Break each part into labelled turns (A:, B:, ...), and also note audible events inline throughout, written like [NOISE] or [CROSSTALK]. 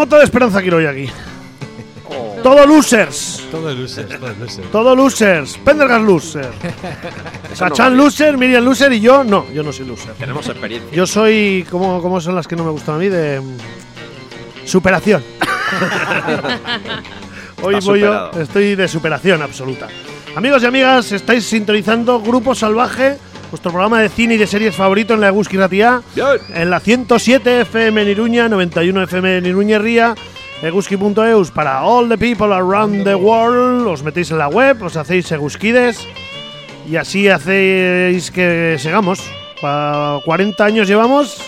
A: Foto de Esperanza Quiroy aquí. Todo losers.
B: Todo luces, todo luces.
A: Todo losers. Pendergast loser. Sachan loser, Miriam loser y yo no. Yo no soy loser.
C: Tenemos experiencia.
A: Yo soy. ¿Cómo, cómo son las que no me gustan a mí? De. mm, Superación. Hoy
C: Está
A: voy yo.
C: superado.
A: Estoy de superación absoluta. Amigos y amigas, estáis sintonizando Grupo Salvaje, vuestro programa de cine y de series favorito en la Eguski Ratia.
C: Bien.
A: En la 107 FM en Iruña, 91 FM en Iruña y Ría, eguski.eus para all the people around the world. Os metéis en la web, os hacéis eguskides y así hacéis que sigamos. Pa- 40 años llevamos.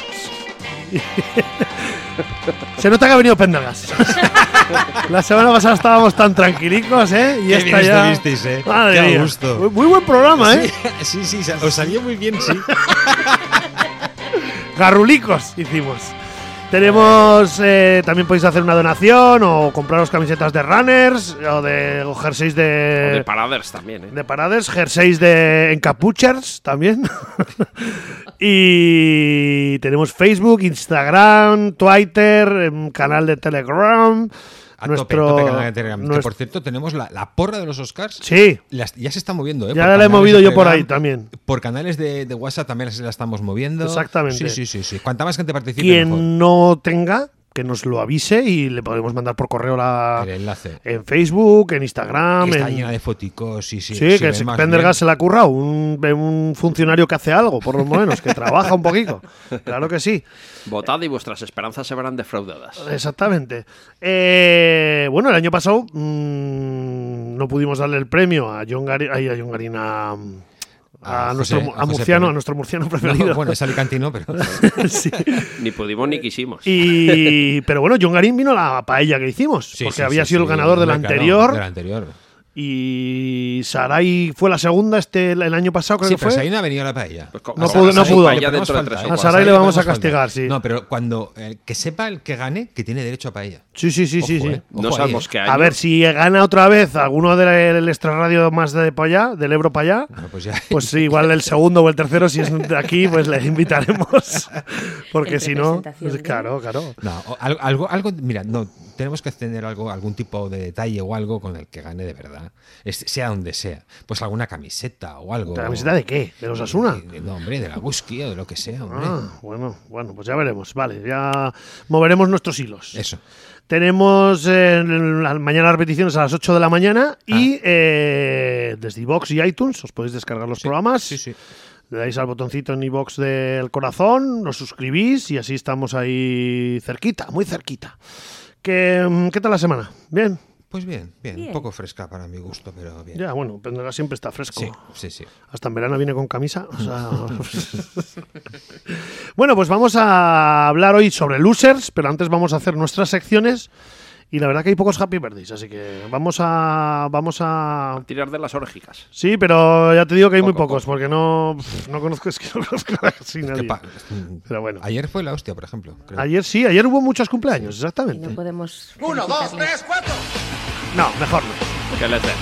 A: [LAUGHS] Se nota que ha venido Pendergas. [LAUGHS] la semana pasada estábamos tan tranquilicos, ¿eh? Y
B: Qué
A: esta
B: bien
A: ya.
B: estuvisteis, ¿eh?
A: Madre
B: Qué a
A: mía.
B: gusto.
A: Muy, muy buen programa, ¿eh?
B: [LAUGHS] Sí, sí, sí, os salió muy bien, sí.
A: Garrulicos hicimos. Tenemos, eh, también podéis hacer una donación o compraros camisetas de runners o de o jerseys
C: O
A: de,
C: de Paraders también, ¿eh?
A: de parades, jerseys de encapuchers también. [LAUGHS] y tenemos Facebook, Instagram, Twitter, em, canal de Telegram.
B: A tope, a tope canal de Telegram. Que, por cierto, tenemos la, la porra de los Oscars.
A: sí,
B: Las- ya se está moviendo,
A: Ya
B: ¿eh? Por
A: la he
B: canales
A: movido
B: de
A: yo por
B: Telegram,
A: ahí también.
B: Por canales de, de WhatsApp también las- la estamos moviendo.
A: Exactamente.
B: Sí, sí, sí. sí. Cuanta más gente participe, mejor.
A: quien no tenga, que nos lo avise y le podemos mandar por correo la,
B: El enlace.
A: en Facebook, en Instagram,
B: Está
A: en,
B: llena de foticos, sí, sí.
A: Sí,
B: se
A: que
B: ve
A: se-
B: más
A: Pendergast se
B: bien.
A: la curra, un, un funcionario que hace algo, por lo menos, que trabaja un
B: [LAUGHS]
A: poquito. Claro que sí,
C: Votad y vuestras esperanzas se verán
B: [LAUGHS]
C: defraudadas.
A: exactamente. Eh, bueno, el año pasado mm, no pudimos darle el premio a John Garin, ay, a, John Garin, a, a
B: A
A: nuestro,
B: José-
A: mu- a
B: a José
A: murciano,
B: Pérez.
A: a nuestro murciano
B: No,
A: preferido.
B: bueno, es alicantino, pero.
A: [LAUGHS] Sí.
C: Ni pudimos ni quisimos.
A: Y, pero bueno, John Garin vino a la paella que hicimos,
B: Sí,
A: porque
B: sí,
A: había
B: sí,
A: sido el
B: sí,
A: ganador del
B: hombre, claro,
A: anterior
B: del anterior.
A: y Sarai fue la segunda este el año pasado, creo
B: Sí,
A: que
B: pero
A: fue.
B: Sarai no ha venido a la paella.
C: Pues co-
A: No
C: a
A: pudo-
C: Sarai
A: no pudo.
C: paella
B: Le ponemos
C: dentro de
B: falta,
C: tres
B: ¿eh?
C: horas.
A: A Sarai
B: Le
A: le vamos
B: ponemos
A: a
B: falta.
A: castigar, sí.
B: No, pero cuando. eh, que sepa el que gane que tiene derecho a paella.
A: Sí, sí, sí, sí,
B: Ojo,
A: sí.
B: ¿eh? Ojo
C: No
B: ahí,
C: sabemos
B: ¿eh?
C: qué año.
A: A ver si gana otra vez alguno del, extrarradio más de para allá, del Ebro para allá.
B: Bueno, pues ya.
A: Pues sí, igual el segundo o el tercero, si es de aquí, pues le invitaremos. Porque
D: En
A: si no,
D: representación
A: pues
D: de-
A: claro, claro.
B: [LAUGHS] No, o al- algo, algo, mira, no, tenemos que tener algo, algún tipo de detalle o algo con el que gane de verdad, Es- sea donde sea. Pues alguna camiseta o algo.
A: ¿La camiseta de qué? ¿De los Asuna?
B: De- de- No, hombre, de la Busky o de lo que sea, hombre.
A: Ah, bueno, bueno, pues ya veremos. Vale, ya moveremos nuestros hilos.
B: Eso.
A: Tenemos eh, la- mañana las repeticiones a las 8 de la mañana
B: Ah.
A: y eh, desde iBox y iTunes os podéis descargar los programas.
B: Sí, sí.
A: Le dais al botoncito en iBox del corazón, os suscribís y así estamos ahí cerquita, muy cerquita. ¿Qué, mm, qué tal la semana? ¿Bien?
B: Pues bien, bien,
D: Bien.
B: un poco fresca para mi gusto, pero bien.
A: Ya, bueno, Pendraga siempre está fresco.
B: Sí, sí, sí.
A: Hasta en verano viene con camisa. o sea, [LAUGHS] bueno, pues vamos a hablar hoy sobre losers, pero antes vamos a hacer nuestras secciones. Y la verdad que hay pocos happy birthdays, así que vamos a. Vamos a.
C: Tirar de las orgías.
A: Sí, pero ya te digo que hay muy
C: Poco,
A: pocos, porque no, no conozco, es que no conozco [LAUGHS] casi
B: Qué
A: nadie.
B: pa- mm,
A: Pero bueno.
B: Ayer fue la hostia, por ejemplo. creo.
A: Ayer sí, ayer hubo muchos cumpleaños,
D: Y no
A: exactamente.
D: podemos.
E: Uno, dos,
D: felicitarles.
E: tres, cuatro.
A: No, mejor no.
C: Que les den.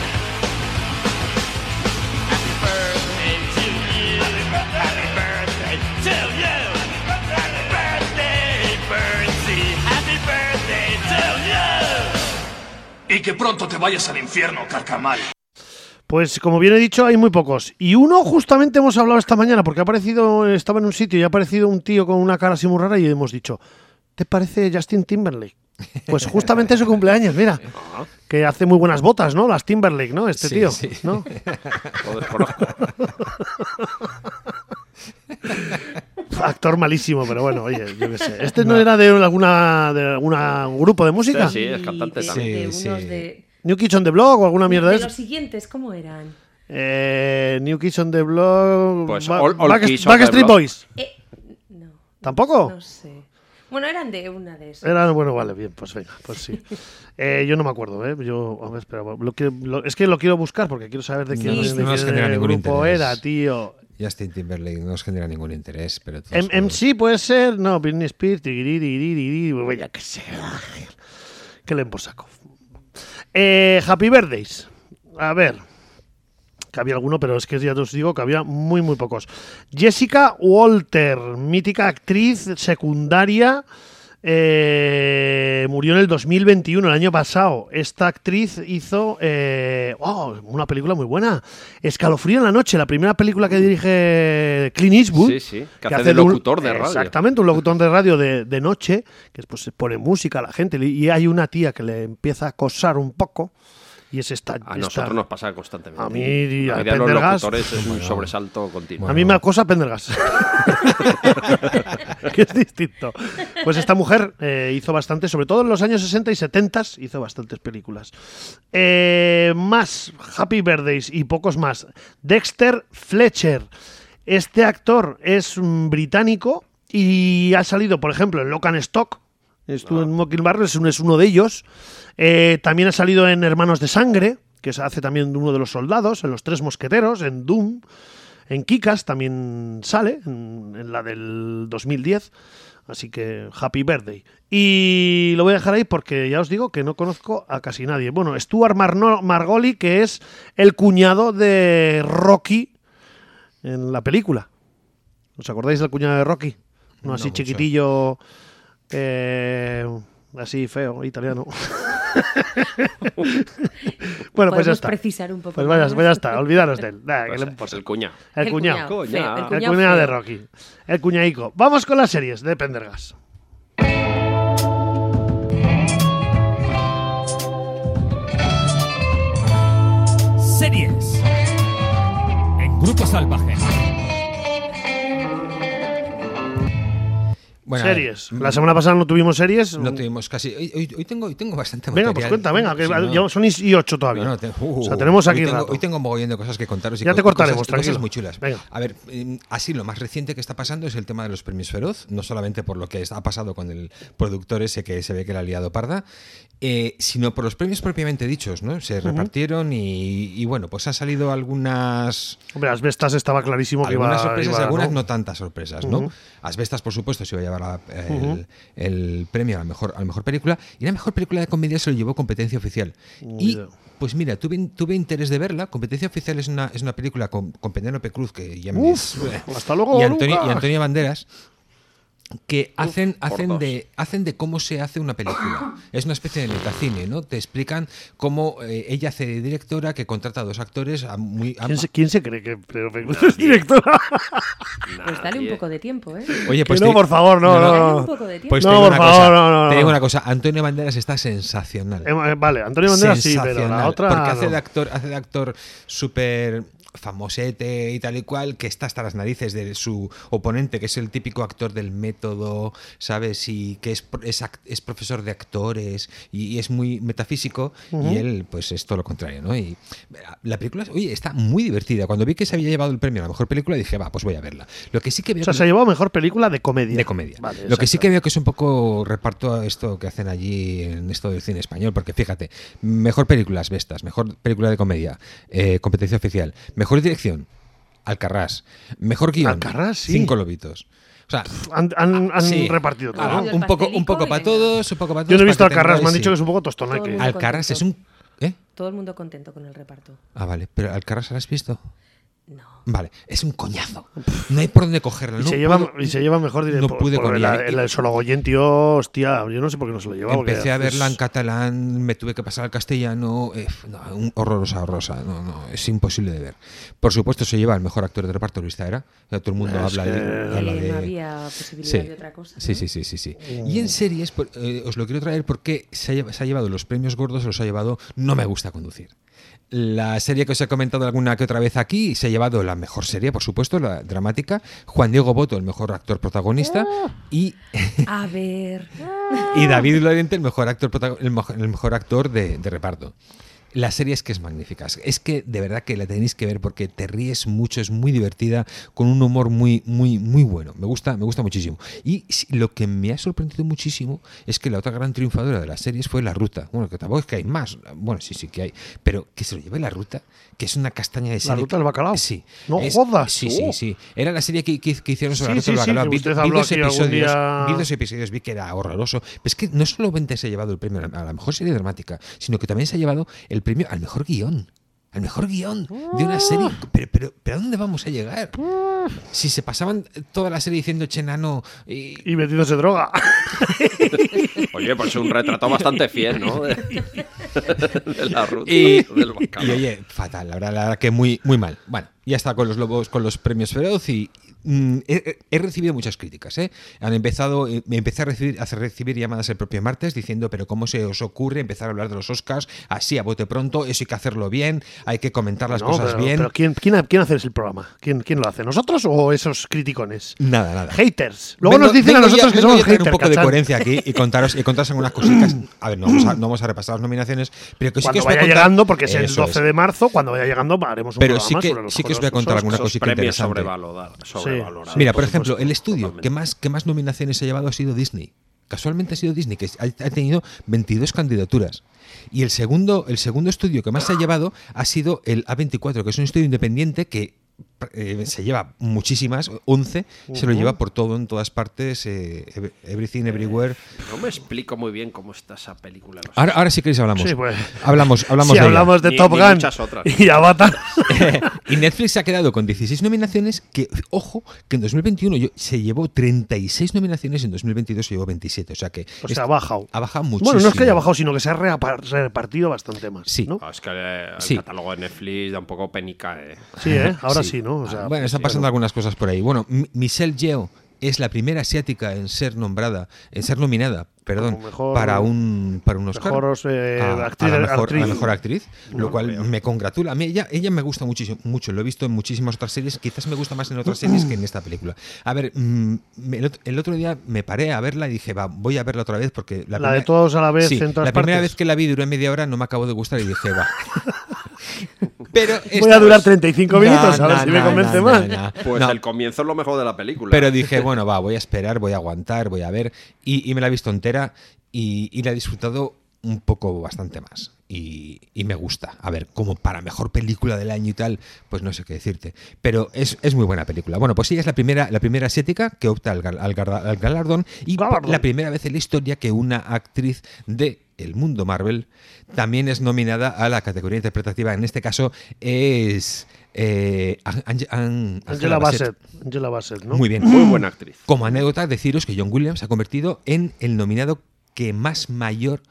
E: Y que pronto te vayas al infierno, carcamal.
A: Pues como bien he dicho, hay muy pocos. Y uno justamente hemos hablado esta mañana, porque ha aparecido, estaba en un sitio y ha aparecido un tío con una cara así muy rara y hemos dicho, ¿te parece Justin Timberlake? Pues justamente es su cumpleaños, mira. Que hace muy buenas botas, ¿no? Las Timberlake, ¿no? Este
B: Sí,
A: tío,
B: sí.
A: ¿no?
C: Lo
B: [LAUGHS]
C: desconozco.
A: Actor malísimo, pero bueno, oye, yo qué sé. Este no, era de alguna de algún grupo de música.
C: Sí, es cantante
D: Y de-
C: también.
D: de
B: Sí,
D: unos
B: sí.
D: de-
A: New Kids on the Block o alguna mierda de
D: de
A: esas.
D: los siguientes, ¿cómo eran?
A: Eh, New Kids on the Block.
C: Pues
A: Ba-
C: All- All
A: Backst-
C: Kids on the
A: Backstreet
C: Block.
A: Boys.
D: Eh, no,
A: ¿Tampoco?
D: no sé. Bueno, eran de una de esas.
A: Era, bueno, vale, bien, pues venga, pues sí. Eh, yo no me acuerdo, ¿eh? Yo, a ver, espera, lo quiero- lo- es que lo quiero buscar porque quiero saber de quién,
D: No nos-
A: de
D: no
B: nos
A: quién
B: genera
A: el
B: ningún
A: grupo
B: interés.
A: era, tío.
B: Justin Timberlake no os genera ningún interés, pero. todos
A: M-
B: podemos-
A: MC puede ser, no, Britney Spears, tigirí, tigirí, tigirí, bueno, ya que sé. Que le por saco. Eh, Happy Birthdays. A ver. Que había alguno, pero es que ya os digo que había muy, muy pocos. Jessica Walter, mítica actriz secundaria. Eh, murió en el 2021, el año pasado. Esta actriz hizo eh, wow, una película muy buena. Escalofrío en la noche, la primera película que dirige Clint Eastwood.
C: Sí, sí, que hace de
A: un-
C: locutor de radio.
A: Exactamente, un locutor de radio de, de noche, que después se pone música a la gente. Y hay una tía que le empieza a acosar un poco. Y es esta.
C: A
A: esta-
C: nosotros nos pasa constantemente.
A: A mí,
C: La
A: a
C: vida de los
A: Pendergast,
C: locutores es un sobresalto continuo.
A: A mí me acosa Pendergas. que es distinto. Pues esta mujer eh, hizo bastante, sobre todo en los años 60 y 70, hizo bastantes películas. Eh, más Happy Birthdays y pocos más. Dexter Fletcher. Este actor es mm, británico y ha salido, por ejemplo, en Locan Stock. Estuvo en Mocking Barrel, es un- es uno de ellos. Eh, también ha salido en Hermanos de Sangre, que se hace también uno de los soldados, en Los Tres Mosqueteros, en Doom. En Kikas también sale, en, en la del 2010. Así que happy birthday. Y lo voy a dejar ahí porque ya os digo que no conozco a casi nadie. Bueno, Stuart Marno- Margoli, que es el cuñado de Rocky en la película. ¿Os acordáis del cuñado de Rocky? No así
B: mucho.
A: chiquitillo, eh, así feo, italiano. [LAUGHS] bueno, pues ya
D: Podemos
A: está.
D: precisar un poco
A: Pues vaya,
D: más.
A: pues ya está, olvidaros de él. Nah, que
C: Pues,
A: le-
C: pues el cuñado.
A: el, cuñado.
D: feo,
C: Coña.
D: el
C: El
A: El
D: cuñado
A: cuñado de
D: feo.
A: Rocky. El cuñaico. Vamos con las series de Pendergas.
F: Series. En Grupo Salvaje.
B: Bueno,
A: series.
B: a ver,
A: La semana pasada no tuvimos series.
B: No tuvimos casi. Hoy, hoy- hoy tengo, hoy tengo bastante
A: venga,
B: material.
A: pues cuenta, venga. Que
B: Si no-
A: llevamos- son y 8 todavía.
B: no, no, te- uh,
A: o sea, tenemos aquí
B: hoy tengo,
A: rato.
B: hoy tengo un mogollón de cosas que contaros. Y
A: Ya te
B: co- cosas-
A: cortaremos,
B: cosas
A: tranquilo.
B: muy chulas.
A: Venga.
B: A ver, eh, así lo más reciente que está pasando es el tema de los premios Feroz, no solamente por lo que ha pasado con el productor ese que se ve que la ha liado parda, eh, sino por los premios propiamente dichos, ¿no? Se repartieron y, y, bueno, pues han salido algunas
A: Hombre, las bestas estaba clarísimo que iba
B: algunas sorpresas
A: iba,
B: y algunas
A: ¿no?
B: ¿no? tantas sorpresas, ¿no? Asbestas, por supuesto, se iba a llevar la- el, el premio a la, mejor, a la mejor película. Y la mejor película de comedia se lo llevó competencia oficial. Y
A: Mira.
B: pues mira, tuve, in- tuve interés de verla. Competencia oficial es una, es una película con, con Penélope Cruz, que ya me [LAUGHS]
A: Uf, hasta luego,
B: y, Antonio, y
A: Lucas.
B: Antonio Banderas. Que hacen,
C: por
B: hacen,
C: dos.
B: de, hacen de cómo se hace una película. Es una especie de metacine, ¿no? Te explican cómo eh, ella hace de directora, que contrata a dos actores. A muy, a-
A: ¿Quién se, quién se cree que pero, pero- [LAUGHS] es directora?
D: Pues dale un poco de tiempo, ¿eh?
B: Oye,
A: Que
B: pues
A: no,
B: te-
A: por favor, no,
D: Dale
A: no.
D: un
A: no.
D: poco de tiempo.
B: Pues
A: No,
B: te digo
A: por
B: una
A: favor,
B: cosa.
A: no, no,
B: Te digo
A: no.
B: una cosa. Antonio Banderas está sensacional.
A: Eh, Vale, Antonio Banderas sí, pero la
B: Sensacional.
A: otra.
B: Porque hace
A: no.
B: de actor, hace de actor súper famosete y tal y cual, que está hasta las narices de su oponente, que es el típico actor del método, ¿sabes? Y que es, pro- es, ac- es profesor de actores y, y es muy metafísico. Y él, pues, es todo lo contrario, ¿no? Y la película, oye, está muy divertida. Cuando vi que se había llevado el premio a la mejor película, dije, va, pues voy a verla. Lo que sí que veo
A: O sea,
B: que-
A: se ha llevado mejor película de comedia.
B: de comedia.
A: Vale,
B: Lo que sí
A: exacto.
B: que veo que es un poco reparto a esto que hacen allí en esto del cine español, porque fíjate, mejor películas Vestas, mejor película de comedia, eh, competencia oficial, mejor dirección, Alcarrás, mejor guión,
A: Alcarrás, sí.
B: cinco lobitos. O sea,
A: Han, han- han
B: sí.
A: repartido todo.
B: Ah,
A: ¿no?
D: Yo
B: un poco, un
D: pastelico
B: poco
D: y
B: para
D: venga.
B: todos, un poco para todos.
A: Yo no he visto a
B: para que
A: Carras, me han
B: tengáis,
A: dicho que es
B: sí.
A: un poco tostonaque.
D: Todo el-
B: Alcarrás es un. ¿Eh?
D: Todo el mundo contento con el reparto.
B: Ah, vale, pero Alcarrás lo has visto.
D: No.
B: Vale, es un coñazo. No hay por dónde cogerla.
A: Y,
B: no
A: se lleva,
B: puedo-
A: y se lleva mejor directo.
B: no pude con
A: el,
B: ella.
A: el, el Sorogoyen, tío, hostia, yo no sé por qué no se lo llevaba. porque
B: Empecé a verla en
A: es-
B: catalán, me tuve que pasar al castellano. eh, no, un- horrorosa, horrorosa. No, no, es imposible de ver. Por supuesto, se lleva el mejor actor de reparto, Luis Taera. Ya todo el mundo habla, de, habla
D: Eh,
B: de-
D: no había posibilidad
B: Sí.
D: de otra cosa.
B: Sí,
D: ¿no?
B: sí, sí, sí, sí. Y en series, por- eh, os lo quiero traer porque se ha, lle- se ha llevado los premios gordos, se los ha llevado No me gusta conducir. La serie que os he comentado alguna que otra vez aquí se ha llevado la mejor serie, por supuesto, la dramática. Juan Diego Boto, el mejor actor protagonista.
D: ¡Ah!
B: Y
D: A ver. Ah,
B: y David Lorente, el mejor actor, protago- el mejor, el mejor actor de, de reparto. La serie es que es magnífica. Es que de verdad que la tenéis que ver porque te ríes mucho, es muy divertida, con un humor muy, muy, muy bueno. Me gusta, me gusta muchísimo. Y si- lo que me ha sorprendido muchísimo es que la otra gran triunfadora de las series fue La Ruta. Bueno, que tampoco es que hay más. Bueno, sí, sí que hay. Pero que se lo lleve La Ruta, que es una castaña de serie.
A: Ruta del Bacalao?
B: Sí.
A: No
B: Es-
A: jodas.
B: Sí, sí,
A: Oh.
B: sí. Era la serie que, que- que hicieron sobre
A: Sí,
B: La Ruta del
A: sí, sí,
B: Bacalao.
A: que
B: Vi-
A: usted
B: vi
A: habló
B: dos
A: aquí algún
B: episodios-
A: día.
B: vi dos episodios vi que era horroroso. Pero es que no solamente se ha llevado el premio a la a la mejor serie dramática, sino que también se ha llevado el premio al mejor guión. Al mejor guión de una serie.
A: Ah.
B: Pero, pero, pero ¿a dónde vamos a llegar? Si se pasaban toda la serie diciendo chenano y,
A: Y metiéndose droga.
C: Oye, pues un
D: [LAUGHS]
C: retrato bastante fiel, ¿no? De, de [LAUGHS] la ruta
B: Y,
C: del bacalao.
B: y oye, fatal, la verdad, la verdad que muy, muy mal. Bueno, ya está con los lobos, con los premios Feroz y mm, he, he recibido muchas críticas. ¿eh? Han empezado, eh, me empecé a recibir, a recibir llamadas el propio martes diciendo, pero ¿cómo se os ocurre empezar a hablar de los Oscars así a bote pronto? Eso hay que hacerlo bien, hay que comentar [LAUGHS] las
A: No,
B: cosas
A: pero,
B: bien.
A: pero ¿quién, quién, quién hace el programa? ¿Quién, ¿Quién lo hace? ¿Nosotros o esos criticones?
B: Nada, nada.
A: Haters. Luego
B: Vengo-
A: nos dicen a
B: vengo
A: nosotros
B: ya-
A: que
B: vengo
A: somos
B: ya a traer
A: haters.
B: un poco de
A: ¿cachai?
B: coherencia aquí y contaros, y contaros
A: [CLEARS THROAT]
B: algunas cositas. A ver, no vamos a, no vamos a repasar las nominaciones, pero que sí
A: Cuando
B: que os voy a
A: vaya
B: contar-
A: llegando, porque es el
B: Eso
A: 12 de marzo, cuando vaya llegando haremos un
B: Pero
A: programa
B: sí que,
A: sobre los
B: sí que os voy a
A: juegos
B: contar
A: de los
B: alguna
C: Esos
B: cosita
C: premios
B: interesante.
C: sobrevalorar- sobrevalorados.
B: Mira,
A: por
B: por ejemplo,
A: supuesto,
B: el estudio
C: totalmente.
B: que más que más nominaciones se ha llevado ha sido Disney. Casualmente ha sido Disney, que ha ha tenido 22 candidaturas. Y el segundo, el segundo estudio que más se ha llevado ha sido el A24, que es un estudio independiente que eh, se lleva muchísimas, 11, se lo lleva por todo, en todas partes, eh, ev- everything, everywhere.
C: No me explico muy bien cómo está esa película. no sé.
B: Ahora, ahora sí que hablamos.
A: Sí, pues.
B: Hablamos, hablamos
A: Si
B: de ella.
A: hablamos de
C: Ni-
A: Top
C: ni
A: Gun
C: muchas otras.
A: y Avatar. [LAUGHS]
B: [LAUGHS] y Netflix se ha quedado con 16 nominaciones, que, ojo, que en 2021 yo- se llevó 36 nominaciones y en 2022 se llevó 27. O sea que...
A: O sea,
B: es-
A: ha bajado.
B: Ha bajado muchísimo.
A: Bueno, no es que haya bajado, sino que se ha reapa- repartido bastante más.
B: Sí.
A: ¿no?
C: Ah, es que eh, el
B: Sí.
C: catálogo de Netflix da un poco penica.
B: [LAUGHS]
C: eh.
A: Sí, ¿eh? Ahora sí, ¿no? O
B: Ah,
A: sea,
B: bueno, están pasando algunas cosas por ahí. Bueno, M- Michelle Yeoh es la primera asiática en ser nombrada, en ser nominada, perdón,
A: Como mejor-
B: para un para un Oscar. Ah,
A: mejor, eh,
B: a,
A: actriz-
B: a la mejor,
A: actriz.
B: a la mejor actriz, lo cual me congratula. A mí ella, ella me gusta muchísimo, mucho, lo he visto en muchísimas otras series, quizás me gusta más en otras series que en esta película. A ver, mm, me- el, ot- el otro día me paré a verla y dije, va, voy a verla otra vez porque
A: La
B: la, primera-
A: de todos a la vez,
B: Sí,
A: en todas
B: la primera
A: partes.
B: vez que la vi duró media hora, no me acabó de gustar y
A: [LAUGHS]
B: dije, va. Pero
A: Voy a
B: esta
A: durar
B: vez-
A: 35 minutos, a ver si me convence más.
C: Pues
B: No.
C: el comienzo es lo mejor de la película.
B: Pero dije, bueno, va, voy a esperar, voy a aguantar, voy a ver. Y, y me la he visto entera y, y la he disfrutado un poco bastante más. Y, y me gusta. A ver, como para mejor película del año y tal, pues no sé qué decirte. Pero es, es muy buena película. Bueno, pues ella es la primera, la primera asiática que opta al, gal- al gar- al galardón y por
A: Galardón.
B: la primera vez en la historia que una actriz de el mundo Marvel también es nominada a la categoría interpretativa. En este caso es eh, Ang- Ang- Ang-
A: Angela Bassett. Angela Bassett, ¿no?
B: Muy bien.
C: Muy buena actriz.
B: Como anécdota, deciros que John Williams se ha convertido en el nominado que más mayor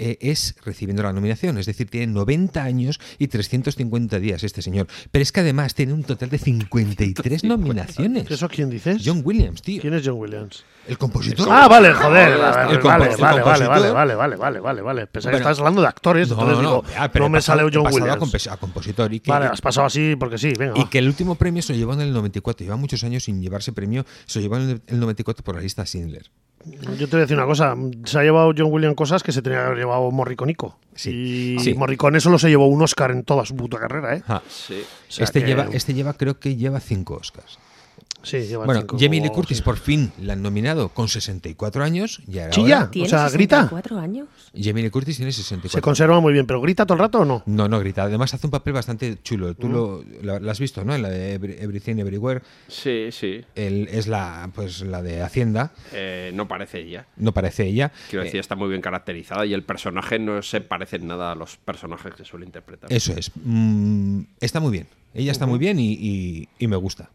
B: eh, es recibiendo la nominación. Es decir, tiene 90 años y 350 días este señor. Pero es que además tiene un total de 53 nominaciones.
A: ¿Eso quién dices?
B: John Williams, tío.
A: ¿Quién es John Williams?
B: El compositor.
A: Ah, vale, joder.
C: El
A: Vale,
B: compo-
A: vale, vale,
B: el
A: vale, vale,
B: compositor.
A: vale, vale, vale, vale, vale. Pensaba que
B: Bueno.
A: estabas hablando de actores, entonces digo,
B: ah, pero
A: no
B: he
A: me
B: pasado-
A: sale
B: he
A: John
B: pasado
A: Williams.
B: A, compos- a compositor y que,
A: Vale, has pasado así porque sí, venga.
B: y
A: va.
B: que el último premio se lo llevó en el 94. Lleva muchos años sin llevarse premio. Se lo llevó en el 94 por la lista Sindler.
A: Yo te voy a decir una cosa, se ha llevado John Williams cosas que se tenía que haber llevado Morriconico.
B: Sí.
A: Y
B: Sí.
A: Morricone solo se llevó un Oscar en toda su puta carrera, ¿eh?
B: Ajá.
C: Sí.
A: O sea
B: este,
A: que-
B: lleva, este lleva, creo que lleva cinco Oscars.
A: Sí, lleva
B: Bueno,
A: cinco,
B: Jamie Lee
A: o-
B: Curtis
A: sí.
B: por fin la han nominado con 64 años. Y ahora
A: Chilla.
B: ahora-
D: ¿Tiene
A: O sea, grita.
D: 64 años?
B: Jamie Lee Curtis tiene
A: Se
B: 64.
A: conserva muy bien, pero grita todo el rato o no?
B: no, no grita. Además hace un papel bastante chulo. Tú lo, la- la has visto, ¿no? En la de Every- Everything Everywhere.
C: Sí, sí.
B: Él es la, pues, la de Hacienda.
C: Eh, no parece ella.
B: No parece ella.
C: Quiero decir, está muy bien caracterizada y el personaje no se parece en nada a los personajes que suele interpretar.
B: Eso es. Mm, está muy bien. Ella está muy bien y, y- y me gusta.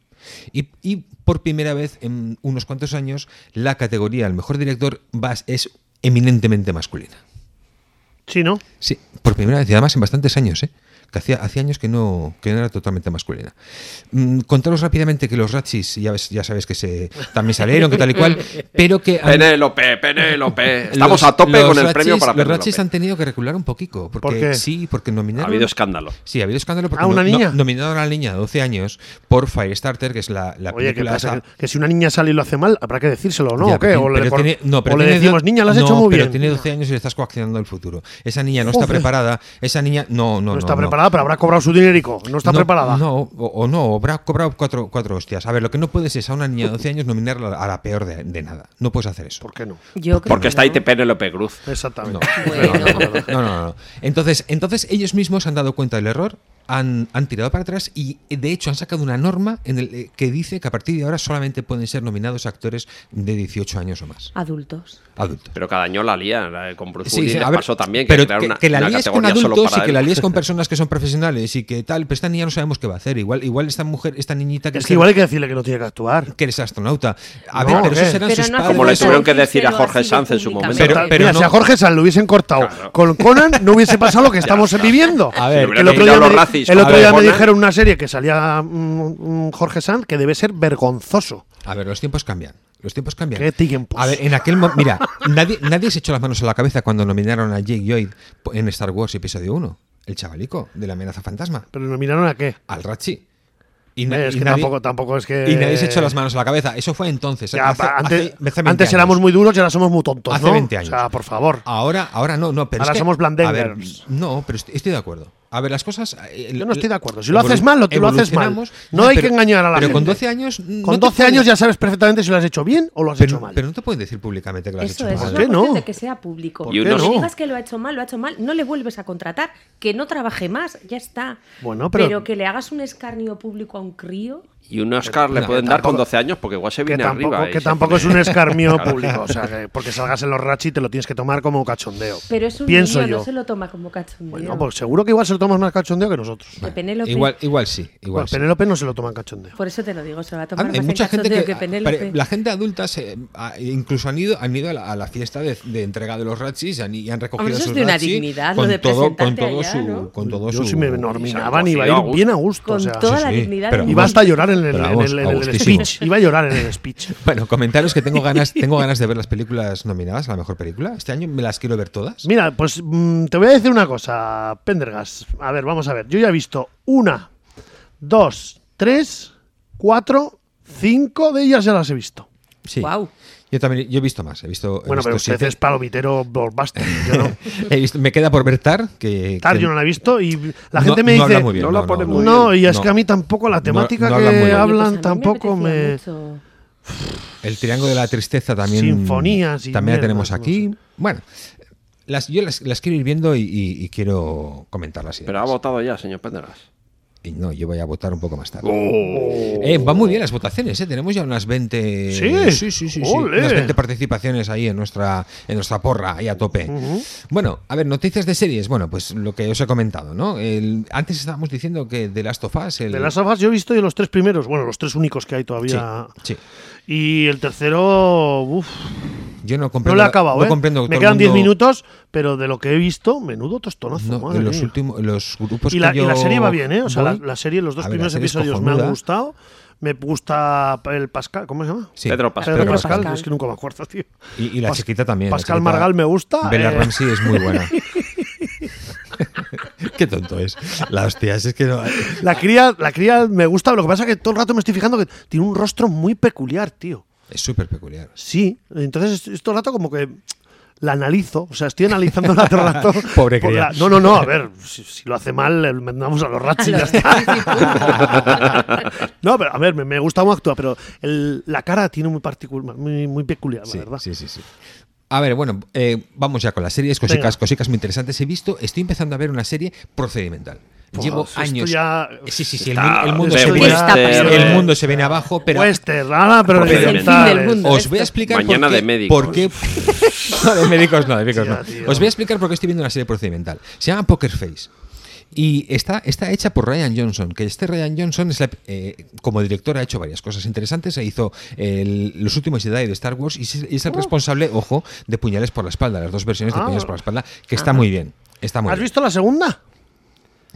B: Y, y por primera vez en unos cuantos años, la categoría al mejor director va- es eminentemente masculina.
A: Sí, ¿no?
B: Sí, por primera vez, y además en bastantes años, ¿eh? Que hacía, hacía años que no, que no era totalmente masculina. Mm, contaros rápidamente que los Ratchis, ya, ves- ya sabes que se, también salieron, que tal y cual, pero que... han-
C: Penélope,
B: [LAUGHS]
C: Penélope. eh, Estamos
B: los-
C: a tope
B: los
C: con el
B: Ratchis-
C: premio para
B: Los
C: Penélope.
B: Ratchis han tenido que recular un poquito, porque
A: qué?
B: sí, porque
C: Ha
B: nominaron...
C: habido escándalo.
B: Sí, ha habido escándalo porque
A: Ah, ¿una niña?
B: nominaron a la niña de 12 años por Firestarter, que es la, la
A: Oye, ¿qué
B: película
A: pasa?
B: esta-
A: Que, que si una niña sale y lo hace mal, habrá que decírselo, ¿no?
B: Ya,
A: ¿O qué? O le,
B: pero
A: cor-
B: tiene- no, pero
A: o le
B: tiene do-
A: decimos, niña, lo has
B: no,
A: hecho muy bien.
B: Pero tiene 12 años y le estás coaccionando el futuro. Esa niña no está
A: Joder.
B: preparada. Esa niña no, no,
A: no, está
B: no.
A: preparada, pero habrá cobrado su dinerico. No Pues está
B: No,
A: preparada.
B: No, o, o no, o habrá cobrado cuatro, cuatro hostias. A ver, lo que no puedes es a una niña de 12 años nominarla a la peor de, de nada. No puedes hacer eso.
A: ¿Por qué no?
D: Yo creo
C: Porque
D: que
C: está ahí
D: no.
C: te Penélope Cruz.
A: Exactamente.
B: No,
C: [LAUGHS]
D: Bueno.
B: no, no, no, no, no. Entonces, entonces ellos mismos se han dado cuenta del error han, han tirado para atrás y de hecho han sacado una norma en el, eh, que dice que a partir de ahora solamente pueden ser nominados actores de 18 años o más.
D: Adultos.
B: Adultos.
C: Pero cada año la lía, la- con Bruce
B: Sí,
C: Willis
B: sí,
C: les
B: a ver,
C: pasó también. Que
B: pero
C: crearon
B: que,
C: una,
B: que la
C: una
B: líes con
C: categoría solo
B: adultos y
C: para
B: que la
C: él.
B: líes con personas que son profesionales y que tal, pero esta niña no sabemos qué va a hacer. Igual, igual esta mujer, esta niñita que
A: Es
B: se-
A: que igual hay que decirle que no tiene que actuar.
B: que eres astronauta. A
A: No,
B: ver, pero
A: ¿qué?
B: esos eran
D: Pero
B: sus
D: no hace
B: padres.
C: Como le
D: falta
C: tuvieron que decir a
D: decírselo
C: Jorge
D: así
C: Sanz en su momento.
D: públicamente.
B: Pero-
A: Total, Mira,
B: no-
A: si a Jorge Sanz lo hubiesen cortado
C: Claro.
A: con Conan, no hubiese pasado
B: [LAUGHS]
A: lo que estamos viviendo.
B: A ver,
A: Que
C: Pero
A: el otro
C: mira,
A: día, me,
C: los
A: di-
C: racis,
A: el
C: como
A: otro día me
C: Conan.
A: dijeron una serie que salía mm, mm, Jorge Sanz que debe ser vergonzoso.
B: A ver, los tiempos cambian. Los tiempos cambian.
A: ¿Qué tiempos?
B: A ver, en aquel momento. Mira, nadie, nadie se echó las manos a la cabeza cuando nominaron a Jake Lloyd en Star Wars Episodio 1. El chavalico de la amenaza fantasma.
A: Pero nominaron a qué.
B: Al Ratchi. Y, na-
A: Eh, es
B: y
A: que
B: nadie,
A: tampoco, tampoco es que.
B: y nadie se echó las manos a la cabeza. Eso fue entonces.
A: Ya,
B: hace-
A: pa- antes
B: hace- hace 20
A: antes
B: años.
A: éramos muy duros y ahora somos muy tontos.
B: Hace
A: ¿no?
B: 20 años.
A: O sea, por favor.
B: Ahora, ahora no, no, pero
A: Ahora
B: es que-
A: somos
B: a ver,
A: blandengers.
B: No, pero estoy, estoy de acuerdo. A ver, las cosas. eh,
A: Yo
B: la-
A: no estoy de acuerdo. Si lo haces
B: evolu-
A: mal, lo, lo haces mal.
B: evolucionamos.
A: No hay que engañar a la
B: Pero con
A: gente.
B: 12 años. no
A: Con
B: te
A: 12
B: puedes-
A: años ya sabes perfectamente si lo has hecho bien o lo has
B: Pero,
A: hecho mal.
B: pero no te pueden decir públicamente que lo has hecho
D: Eso es
B: mal.
A: ¿Por qué
D: una
A: no?
D: cuestión de que sea público.
A: ¿Por
C: qué
D: no
C: no?
D: digas que lo ha hecho mal, lo ha hecho mal, no le vuelves a contratar, que no trabaje más, ya está.
A: Bueno, pero-
D: que le hagas un escarnio público a un crío.
C: Y un Oscar le
B: No,
C: pueden
A: que
C: dar con
A: tampoco-
C: 12 años porque igual se
A: que
C: viene
A: tampoco,
C: arriba. y
B: ¿eh?
A: que
C: se
A: tampoco
C: pone-
A: es un escarmio
B: [LAUGHS]
C: Claro.
A: público. O sea, que porque salgas en los rachi te lo tienes que tomar como cachondeo.
D: Pero es un
A: Pienso
D: niño,
A: yo.
D: no se lo toma como cachondeo.
A: Bueno, pues seguro que igual se lo tomas más cachondeo que nosotros.
D: Que Penélope-
B: Igual, igual sí. Igual
A: Bueno,
B: sí.
A: Pues Penélope no se lo toma en cachondeo.
D: Por eso te lo digo, se lo va a
B: Ah,
D: tomar
B: Hay
D: más
B: mucha
D: en
B: gente
D: cachondeo
B: que,
D: que Penélope.
B: pare- la gente adulta se- a- incluso han ido han ido a la, a la fiesta de, de entrega de los ratchis y han, y han recogido
D: Hombre, eso es
B: sus
D: de una
B: ratzis
D: dignidad, lo
B: con
D: de
B: todo con
D: presentarte
B: todo
D: allá,
B: su
D: ¿no?
B: con todo
A: Yo
B: su
A: si me nominaban iba a
C: Sí, a
A: ir
C: gusto.
A: bien a gusto.
D: Con
A: o sea,
D: toda
B: sí,
D: la
B: sí,
D: dignidad.
B: pero
D: del
A: Iba
D: mundo.
A: hasta a llorar en el,
B: Pero a
A: en
B: gust-
A: el-
B: a
A: en el
B: gustísimo.
A: speech. Iba a llorar en el speech.
B: Bueno, comentaros que
A: [LAUGHS]
B: tengo ganas, tengo ganas de ver las películas nominadas a la mejor película. Este año me las quiero ver todas.
A: Mira, pues mm, te voy a decir una cosa, Pendergas. A ver, vamos a ver. Yo ya he visto una, dos, tres, cuatro, cinco de ellas ya las he visto.
B: Sí.
D: Guau.
B: Yo también yo he visto más, he visto, he
A: Bueno,
B: visto
A: pero usted
B: siete.
A: es palomitero blockbuster. Yo no.
B: [LAUGHS] He visto- me queda por ver Tar, que,
A: Tar
B: que-
A: yo no la he visto y la
B: No-
A: gente me dice.
B: no habla muy bien, No la no, pone no, muy
A: No,
B: bien.
A: y es
B: No.
A: que a mí tampoco la temática
B: no
A: que
B: hablan muy bien.
D: Oye, pues a
A: hablan
D: mí me
A: tampoco
D: apetecía
A: me.
D: mucho.
B: el Triángulo de la Tristeza también
A: Sinfonías y
B: también la tenemos
A: mierdas, no
B: aquí. Bueno, las, yo las, las quiero ir viendo y, y- y quiero comentarlas. y
C: Pero ha
B: demás.
C: votado ya, señor Pendergas.
B: Y no, yo voy a votar un poco más tarde. Eh, van muy bien las votaciones, ¿eh? Tenemos ya unas 20.
A: Oh. Sí.
B: sí, sí, sí, sí.
A: Ole.
B: Unas 20 participaciones ahí en nuestra, en nuestra porra, ahí a tope. Bueno, a ver, noticias de series. Bueno, pues lo que os he comentado, ¿no? El- antes estábamos diciendo que The Last of Us. El,
A: De las afas yo he visto yo los tres primeros, bueno, los tres únicos que hay
B: Sí,
A: todavía.
B: sí.
A: Y el tercero, uff,
B: Yo no
A: No
B: comprendo.
A: lo he acabado,
B: no
A: ¿eh?
B: comprendo que
A: Me
B: todo el
A: quedan 10
B: mundo-
A: minutos, pero de lo que he visto, menudo tostonazo.
B: No,
A: madre
B: en los
A: mía.
B: últimos los grupos
A: y, la,
B: que
A: y
B: yo
A: la serie va bien, ¿eh? O sea, la,
B: voy-
A: la serie, los dos
B: A ver, la
A: primeros
B: serie es
A: episodios me han
B: cojonuda.
A: gustado. Me gusta el Pascal, ¿cómo se llama?
B: Sí.
C: Pedro Pascal.
A: Pedro
D: Pedro
A: Pascal,
D: Pascal.
A: es que nunca me acuerdo, tío.
B: Y, y la
A: Pas-
B: chiquita también. la
A: Pascal
B: chiquita-
A: Margal me gusta,
B: Bella
A: eh.
B: Ramsey es muy
A: [LAUGHS]
B: buena. Qué tonto es. La hostia, es que no.
A: La cría, la cría me gusta, lo que pasa es que todo el rato me estoy fijando que tiene un rostro muy peculiar, tío.
B: Es súper peculiar.
A: Sí, entonces es- es todo el rato como que la analizo, o sea, estoy analizando la todo el rato.
B: [LAUGHS] Pobre
A: por
B: cría.
A: la- No, no, no, a ver, si, si lo hace mal, le mandamos a los rats y ya está. [LAUGHS] no, pero a ver, me, me gusta cómo actúa, pero el- la cara tiene muy particular, muy, muy peculiar, la
B: Sí,
A: verdad.
B: sí, sí, sí. A ver, bueno, eh, vamos ya con las series, cosicas,
A: Venga.
B: cosicas muy interesantes. He visto, estoy empezando a ver una serie procedimental.
A: Buah,
B: Llevo
A: Pues esto
B: años.
A: ya-
B: Sí, sí, sí. El,
C: Está-
B: mu- el mundo,
C: de
B: se viene,
D: Western.
B: el mundo se viene abajo, pero
A: Western, ah, pero
B: Pero-
A: orientales.
D: mundo.
B: Os voy a explicar
C: Mañana
B: por qué,
C: de médicos.
B: por
C: [LAUGHS]
B: qué- no, de médicos no, de médicos
A: Tía,
B: no.
A: tío.
B: Os voy a explicar por qué estoy viendo una serie procedimental. Se llama Poker Face. Y está, está hecha por Ryan Johnson, que este Ryan Johnson es la- eh, como director ha hecho varias cosas interesantes. Se hizo el- los últimos Jedi de Star Wars y es, y es el responsable, ojo, de Puñales por la Espalda, las dos versiones de
A: Oh. Ah.
B: Puñales por la Espalda, que está muy bien. Está muy
A: ¿Has
B: bien.
A: visto la segunda?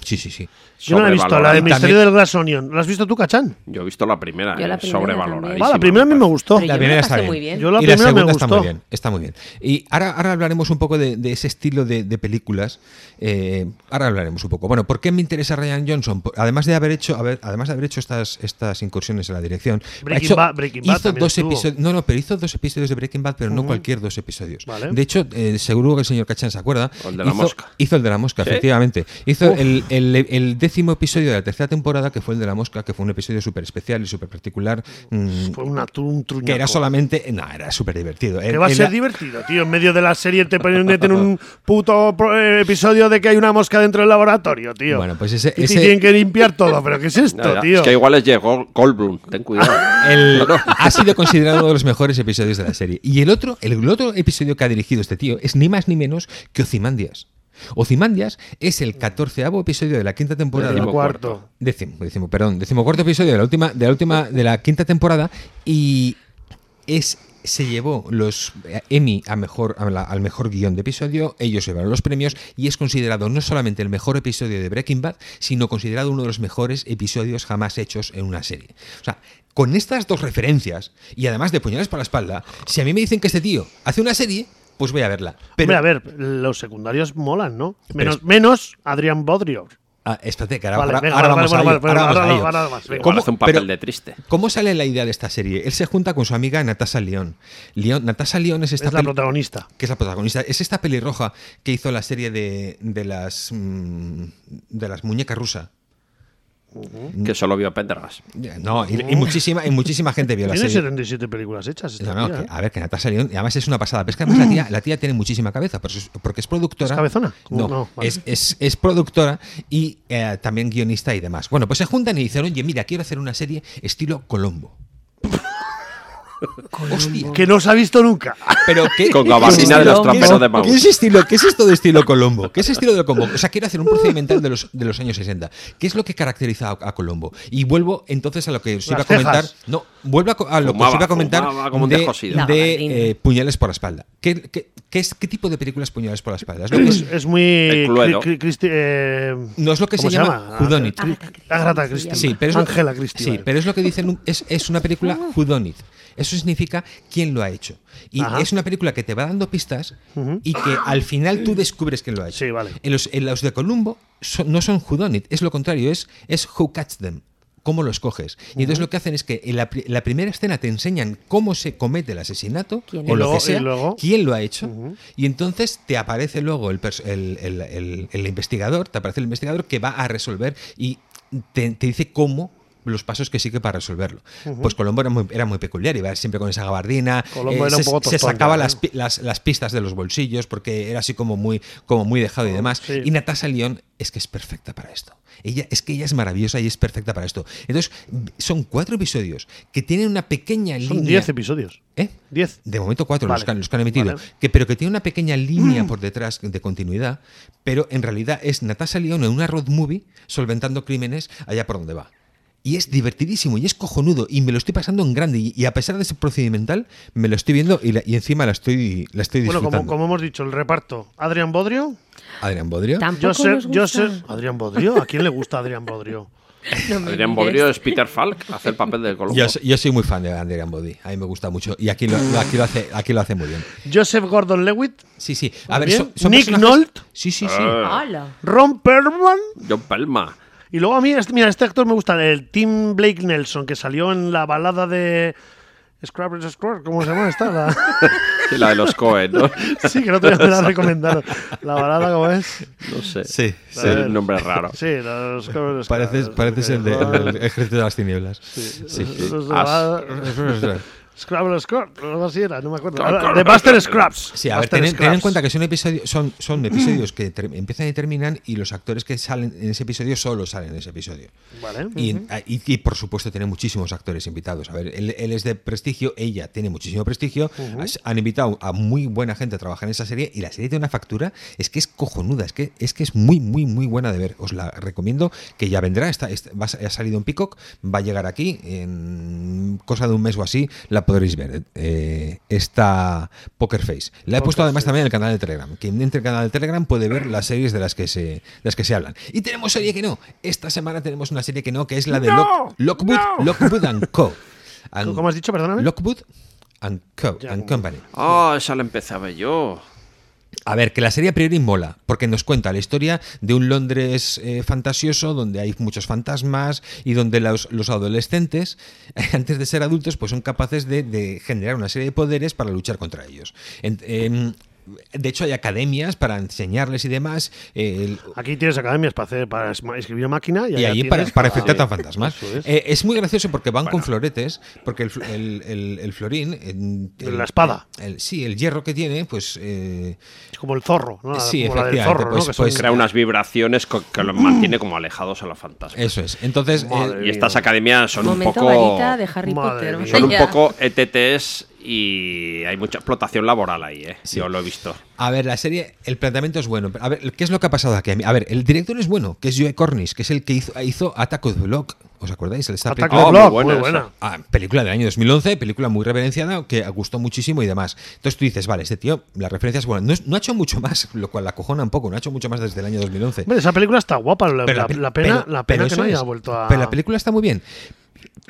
B: Sí, sí, sí.
A: Yo no la he visto, la de
C: Sobrevalorada.
A: Misterio del Glass Onion. ¿La has visto tú, Cachán?
C: Yo he visto la primera,
D: Yo la
C: eh,
D: primera
C: sobrevaloradísima.
D: también.
A: Va, la primera a mí me gustó.
D: Pero yo
B: La
D: me
B: primera
D: la
B: está
D: pasé
B: bien.
D: muy bien.
A: Yo la
B: y
A: primera
B: la
A: me
B: segunda está
A: gustó.
B: muy bien, está muy bien. Y ahora, ahora hablaremos un poco de, de ese estilo de, de películas. eh, ahora hablaremos un poco. Bueno, ¿por qué me interesa Ryan Johnson? Por- además de haber hecho, haber- además de haber hecho estas, estas incursiones en la dirección,
A: Breaking
B: ha hecho-
A: Bad- Breaking Bad
B: hizo
A: también
B: dos
A: estuvo.
B: episodios. No, no, pero hizo dos episodios de Breaking Bad, pero no cualquier dos episodios.
A: Vale.
B: De hecho, eh, seguro que el señor Cachán se acuerda.
C: O el de la
B: hizo,
C: mosca.
B: Hizo el de la mosca, efectivamente. Hizo el, el, el décimo episodio de la tercera temporada, que fue el de la mosca, que fue un episodio súper especial y súper particular, mm,
A: Fue una, tu- un truñaco.
B: que era solamente... No, era súper divertido.
A: Que va a ser divertido, tío. En medio de la serie te ponen en un puto pro- eh, episodio de que hay una mosca dentro del laboratorio, tío.
B: Bueno, pues ese-
A: Y
B: ese-
A: tienen que limpiar todo. ¿Pero qué
C: [LAUGHS]
A: es esto,
C: Nada,
A: tío?
C: Es que igual es Jeff Gol- Goldblum,
A: [LAUGHS]
C: ten cuidado.
B: El- ha sido considerado uno de los mejores episodios de la serie. Y el otro, el, el otro episodio que ha dirigido este tío es ni más ni menos que Ozymandias. Ozymandias es el catorceavo episodio de la quinta temporada.
A: El
C: Décimo
A: cuarto.
B: Décimo, décimo, perdón, decimocuarto episodio de la última, de la última, de la quinta temporada y es se llevó los eh, Emmy a mejor, a la- al mejor guión de episodio, ellos llevaron los premios y es considerado no solamente el mejor episodio de Breaking Bad, sino considerado uno de los mejores episodios jamás hechos en una serie. O sea, con estas dos referencias y además de puñales para la espalda, si a mí me dicen que este tío hace una serie, pues voy a verla.
A: Hombre, a ver, los secundarios molan, ¿no? Menos,
B: Pero-
A: menos Adrián Bodrio.
B: Ah, espérate, que ahora,
A: Vale,
B: ahora-
A: venga,
B: ahora
A: vale,
B: vamos
A: vale,
B: a ello,
A: vale,
B: ahora
A: ahora-
B: vamos a ello.
A: ahora más, venga.
C: Igual hace un papel
B: Pero-
C: de triste.
B: ¿Cómo sale la idea de esta serie? Él se junta con su amiga Natasha León. León Natasha León es esta
A: Es la
B: peli-
A: protagonista.
B: que es la protagonista. Es esta pelirroja que hizo la serie de, de las mm, de las muñecas rusas.
C: Que solo vio Pendergast.
B: No, y, y muchísima, y muchísima gente vio la
A: Tiene
B: serie.
A: 77 películas hechas. esta
B: No, no,
A: tía,
B: que-
A: ¿eh?
B: a ver, que Natasha León, y además es una pasada. Pero es que además la tía, la tía tiene muchísima cabeza, porque es, porque es productora.
A: ¿Es cabezona?
B: No,
A: No, vale.
B: es, es- es productora y eh, también guionista y demás. Bueno, pues se juntan y dicen, oye, mira, quiero hacer una serie estilo
A: [LAUGHS]
B: Colombo. Hostia,
A: Que no se ha visto
B: [LAUGHS]
A: nunca.
B: Pero ¿qué-
C: Con
B: qué
C: gabardina de los
B: estilo-
C: tramperos de Maus.
B: ¿Qué es estilo? ¿Qué es esto de estilo Colombo? ¿Qué es estilo de Colombo? O sea, quiero hacer un procedimental de los, de los años 60. ¿Qué es lo que caracteriza a, a Colombo? Y vuelvo entonces a lo que os iba
A: Las
B: a comentar.
A: cejas.
B: No, vuelvo a, co- a lo que os
C: Fumaba,
B: iba a comentar
C: fumaba como un
B: de,
C: descosido.
D: La
B: de,
D: gabardina.
B: eh, puñales por la espalda. ¿Qué, qué- qué es, ¿Qué tipo de películas puñales por la espalda? Es lo que
A: Es,
B: es-
A: es muy.
C: El Cluedo.
A: Cri- Cri- Cristi- eh,
B: no es lo que se,
A: ¿cómo
B: llama, Judonit.
D: Agatha Christie.
A: Agatha
D: Se
A: Christie.
D: llama.
B: Sí, pero es lo-
A: Ángela eh. Christie.
B: Sí,
A: vale.
B: pero es lo que dicen, un- es, es una película Whodunit. Eso significa quién lo ha hecho. Y
A: Ajá.
B: es una película que te va dando pistas y que al final tú descubres quién lo ha hecho.
A: Sí, vale.
B: En los, en los de Columbo son- no son Whodunit, es lo contrario, es, es Who Catch Them. ¿Cómo los coges? Y entonces lo que hacen es que en la, pri- la primera escena te enseñan cómo se comete el asesinato
D: ¿Quién
B: o
D: es?
B: lo
A: Luego-
B: que
A: y
B: sea,
A: luego-
B: quién lo ha hecho. Y entonces te aparece luego el, pers- el- el- el- el investigador, te aparece el investigador que va a resolver y te, te dice cómo los pasos que sigue para resolverlo. Pues Colombo era muy, era muy peculiar, iba siempre con esa gabardina, eh,
A: Colombo era
B: se,
A: un poco
B: se
A: tostón,
B: sacaba
A: ya,
B: las,
A: ¿eh?
B: pi- las, las pistas de los bolsillos porque era así como muy, como muy dejado y demás.
A: Oh, Sí.
B: Y Natasha León es que es perfecta para esto. Ella, es que ella es maravillosa y es perfecta para esto. Entonces, son cuatro episodios que tienen una pequeña
A: Son
B: línea.
A: 10 episodios.
B: ¿Eh?
A: 10.
B: De momento cuatro los,
A: Vale.
B: que, han- los que han emitido.
A: Vale. Mm.
B: Que, pero que tiene una pequeña línea por detrás de continuidad, pero en realidad es Natasha León en una road movie solventando crímenes allá por donde va. Y es divertidísimo y es cojonudo y me lo estoy pasando en grande y, y a pesar de ese procedimental me lo estoy viendo y, la- y encima la estoy, la estoy
A: Bueno,
B: disfrutando.
A: como, como hemos dicho, el reparto. Adrián Bodrio.
B: Adrián Bodrio.
D: Tampoco
A: Joseph,
D: nos gusta.
A: Joseph. Adrián Bodrio. ¿A quién le gusta Adrián Bodrio?
D: No me
C: Adrián
D: mires.
C: Bodrio es Peter Falk, hace el papel de Colombo.
B: Yo, so- yo soy muy fan de Adrián Bodrio, a mí me gusta mucho y aquí lo, lo- aquí lo hace, aquí lo hace muy bien.
A: [LAUGHS] Joseph Gordon Lewitt.
B: Sí, sí. A ver,
A: Bien.
B: son- son
A: Nick
B: personajes-
A: Nolte.
B: Sí, sí, sí.
D: Hala.
A: Ron Perlman.
C: John Pelma.
A: Y luego a mí, este- mira, este actor me gusta, el Tim Blake Nelson, que salió en la balada de. Scrappers Square, ¿cómo se llama esta? La- [LAUGHS]
C: Sí, la de los Cohen, ¿no?
A: Sí, que no te la recomendaron. La balada, ¿cómo es?
C: No sé.
B: Sí, sí.
C: Es un nombre raro.
A: Sí, la- los Scrappers
B: Pareces,
A: Square.
B: pareces el, de, el del ejército de las tinieblas. Sí.
A: Los de
C: As-
A: la- Scrabble Scrap, algo así era, no me acuerdo.
C: Claro, claro.
A: De Buster Scraps.
B: Sí, a ver,
A: Buster
B: tened, tened en
A: Scraps.
B: cuenta que son episodios, son, son episodios que ter- empiezan y terminan y los actores que salen en ese episodio solo salen en ese episodio.
A: Vale.
B: Y, en- a- y- y, por supuesto tiene muchísimos actores invitados. A ver, él, él es de prestigio, ella tiene muchísimo prestigio. Has- Han invitado a muy buena gente a trabajar en esa serie y la serie tiene una factura, es que es cojonuda, es que es, que es muy, muy, muy buena de ver. Os la recomiendo que ya vendrá, está, está- va a sa- ha salido en Peacock, va a llegar aquí, en cosa de un mes o así, la podréis ver. eh, esta Poker Face. La he puesto además también en el canal de Telegram. Quien entre al canal de Telegram puede ver las series de las que se, de las que se hablan. Y tenemos serie que no. Esta semana tenemos una serie que no, que es la de
A: No,
B: Lock- Lockwood,
A: no.
B: Lockwood and Co. And-
A: [LAUGHS] ¿Cómo has dicho, perdóname?
B: Lockwood and Co. and Company.
C: Ah, esa la empezaba yo.
B: A ver, que la serie a priori mola, porque nos cuenta la historia de un Londres eh, fantasioso donde hay muchos fantasmas y donde los, los adolescentes, [LAUGHS] antes de ser adultos, pues son capaces de, de generar una serie de poderes para luchar contra ellos. En- em, De hecho, hay academias para enseñarles y demás. eh, el-
A: Aquí tienes academias para hacer para esma- escribir a máquina y,
B: y
A: allá
B: allí
A: tienes
B: para, para efectuar tan fantasmas.
A: [LAUGHS] Eso es.
B: Eh, es muy gracioso porque van con floretes, porque el, fl- el- el- el florín. en- el-
A: La espada.
B: el- sí, el hierro que tiene, pues. eh,
A: Es como el zorro, ¿no? La-
B: Sí,
A: como la del
B: efectivamente,
A: zorro,
B: pues-
A: ¿no? Que son-
B: pues-
C: Crea unas vibraciones co- que los mantiene como alejados a los fantasmas.
B: eso es. Entonces, eh,
A: Madre
C: Y estas
A: mía.
C: academias son un
D: Momento
C: poco.
D: varita de Harry
A: Madre
D: Potter.
A: mía.
D: vamos
C: Son un
D: allá.
C: poco ETTs y hay mucha explotación laboral ahí, ¿eh? Yo lo he visto.
B: A ver, la serie, el planteamiento es bueno. A ver, ¿qué es lo que ha pasado aquí? A ver, el director es bueno, que es Joe Cornish, que es el que hizo, hizo Attack of the Block. ¿Os acordáis? El
A: Attack
C: Oh,
A: the
C: muy
A: Block,
C: buena
A: muy
C: esa.
A: buena.
B: Ah, película del año 2011, película muy reverenciada, que gustó muchísimo y demás. Entonces tú dices, vale, este tío, las referencias, bueno, no, es- no ha hecho mucho más, lo cual la cojona un poco, no ha hecho mucho más desde el año 2011.
A: Hombre, esa película está guapa. La, la-
B: pe-
A: la pena,
B: pero-
A: la pena
B: pero
A: que
B: eso
A: no haya
B: es.
A: vuelto a.
B: Pero la película está muy bien.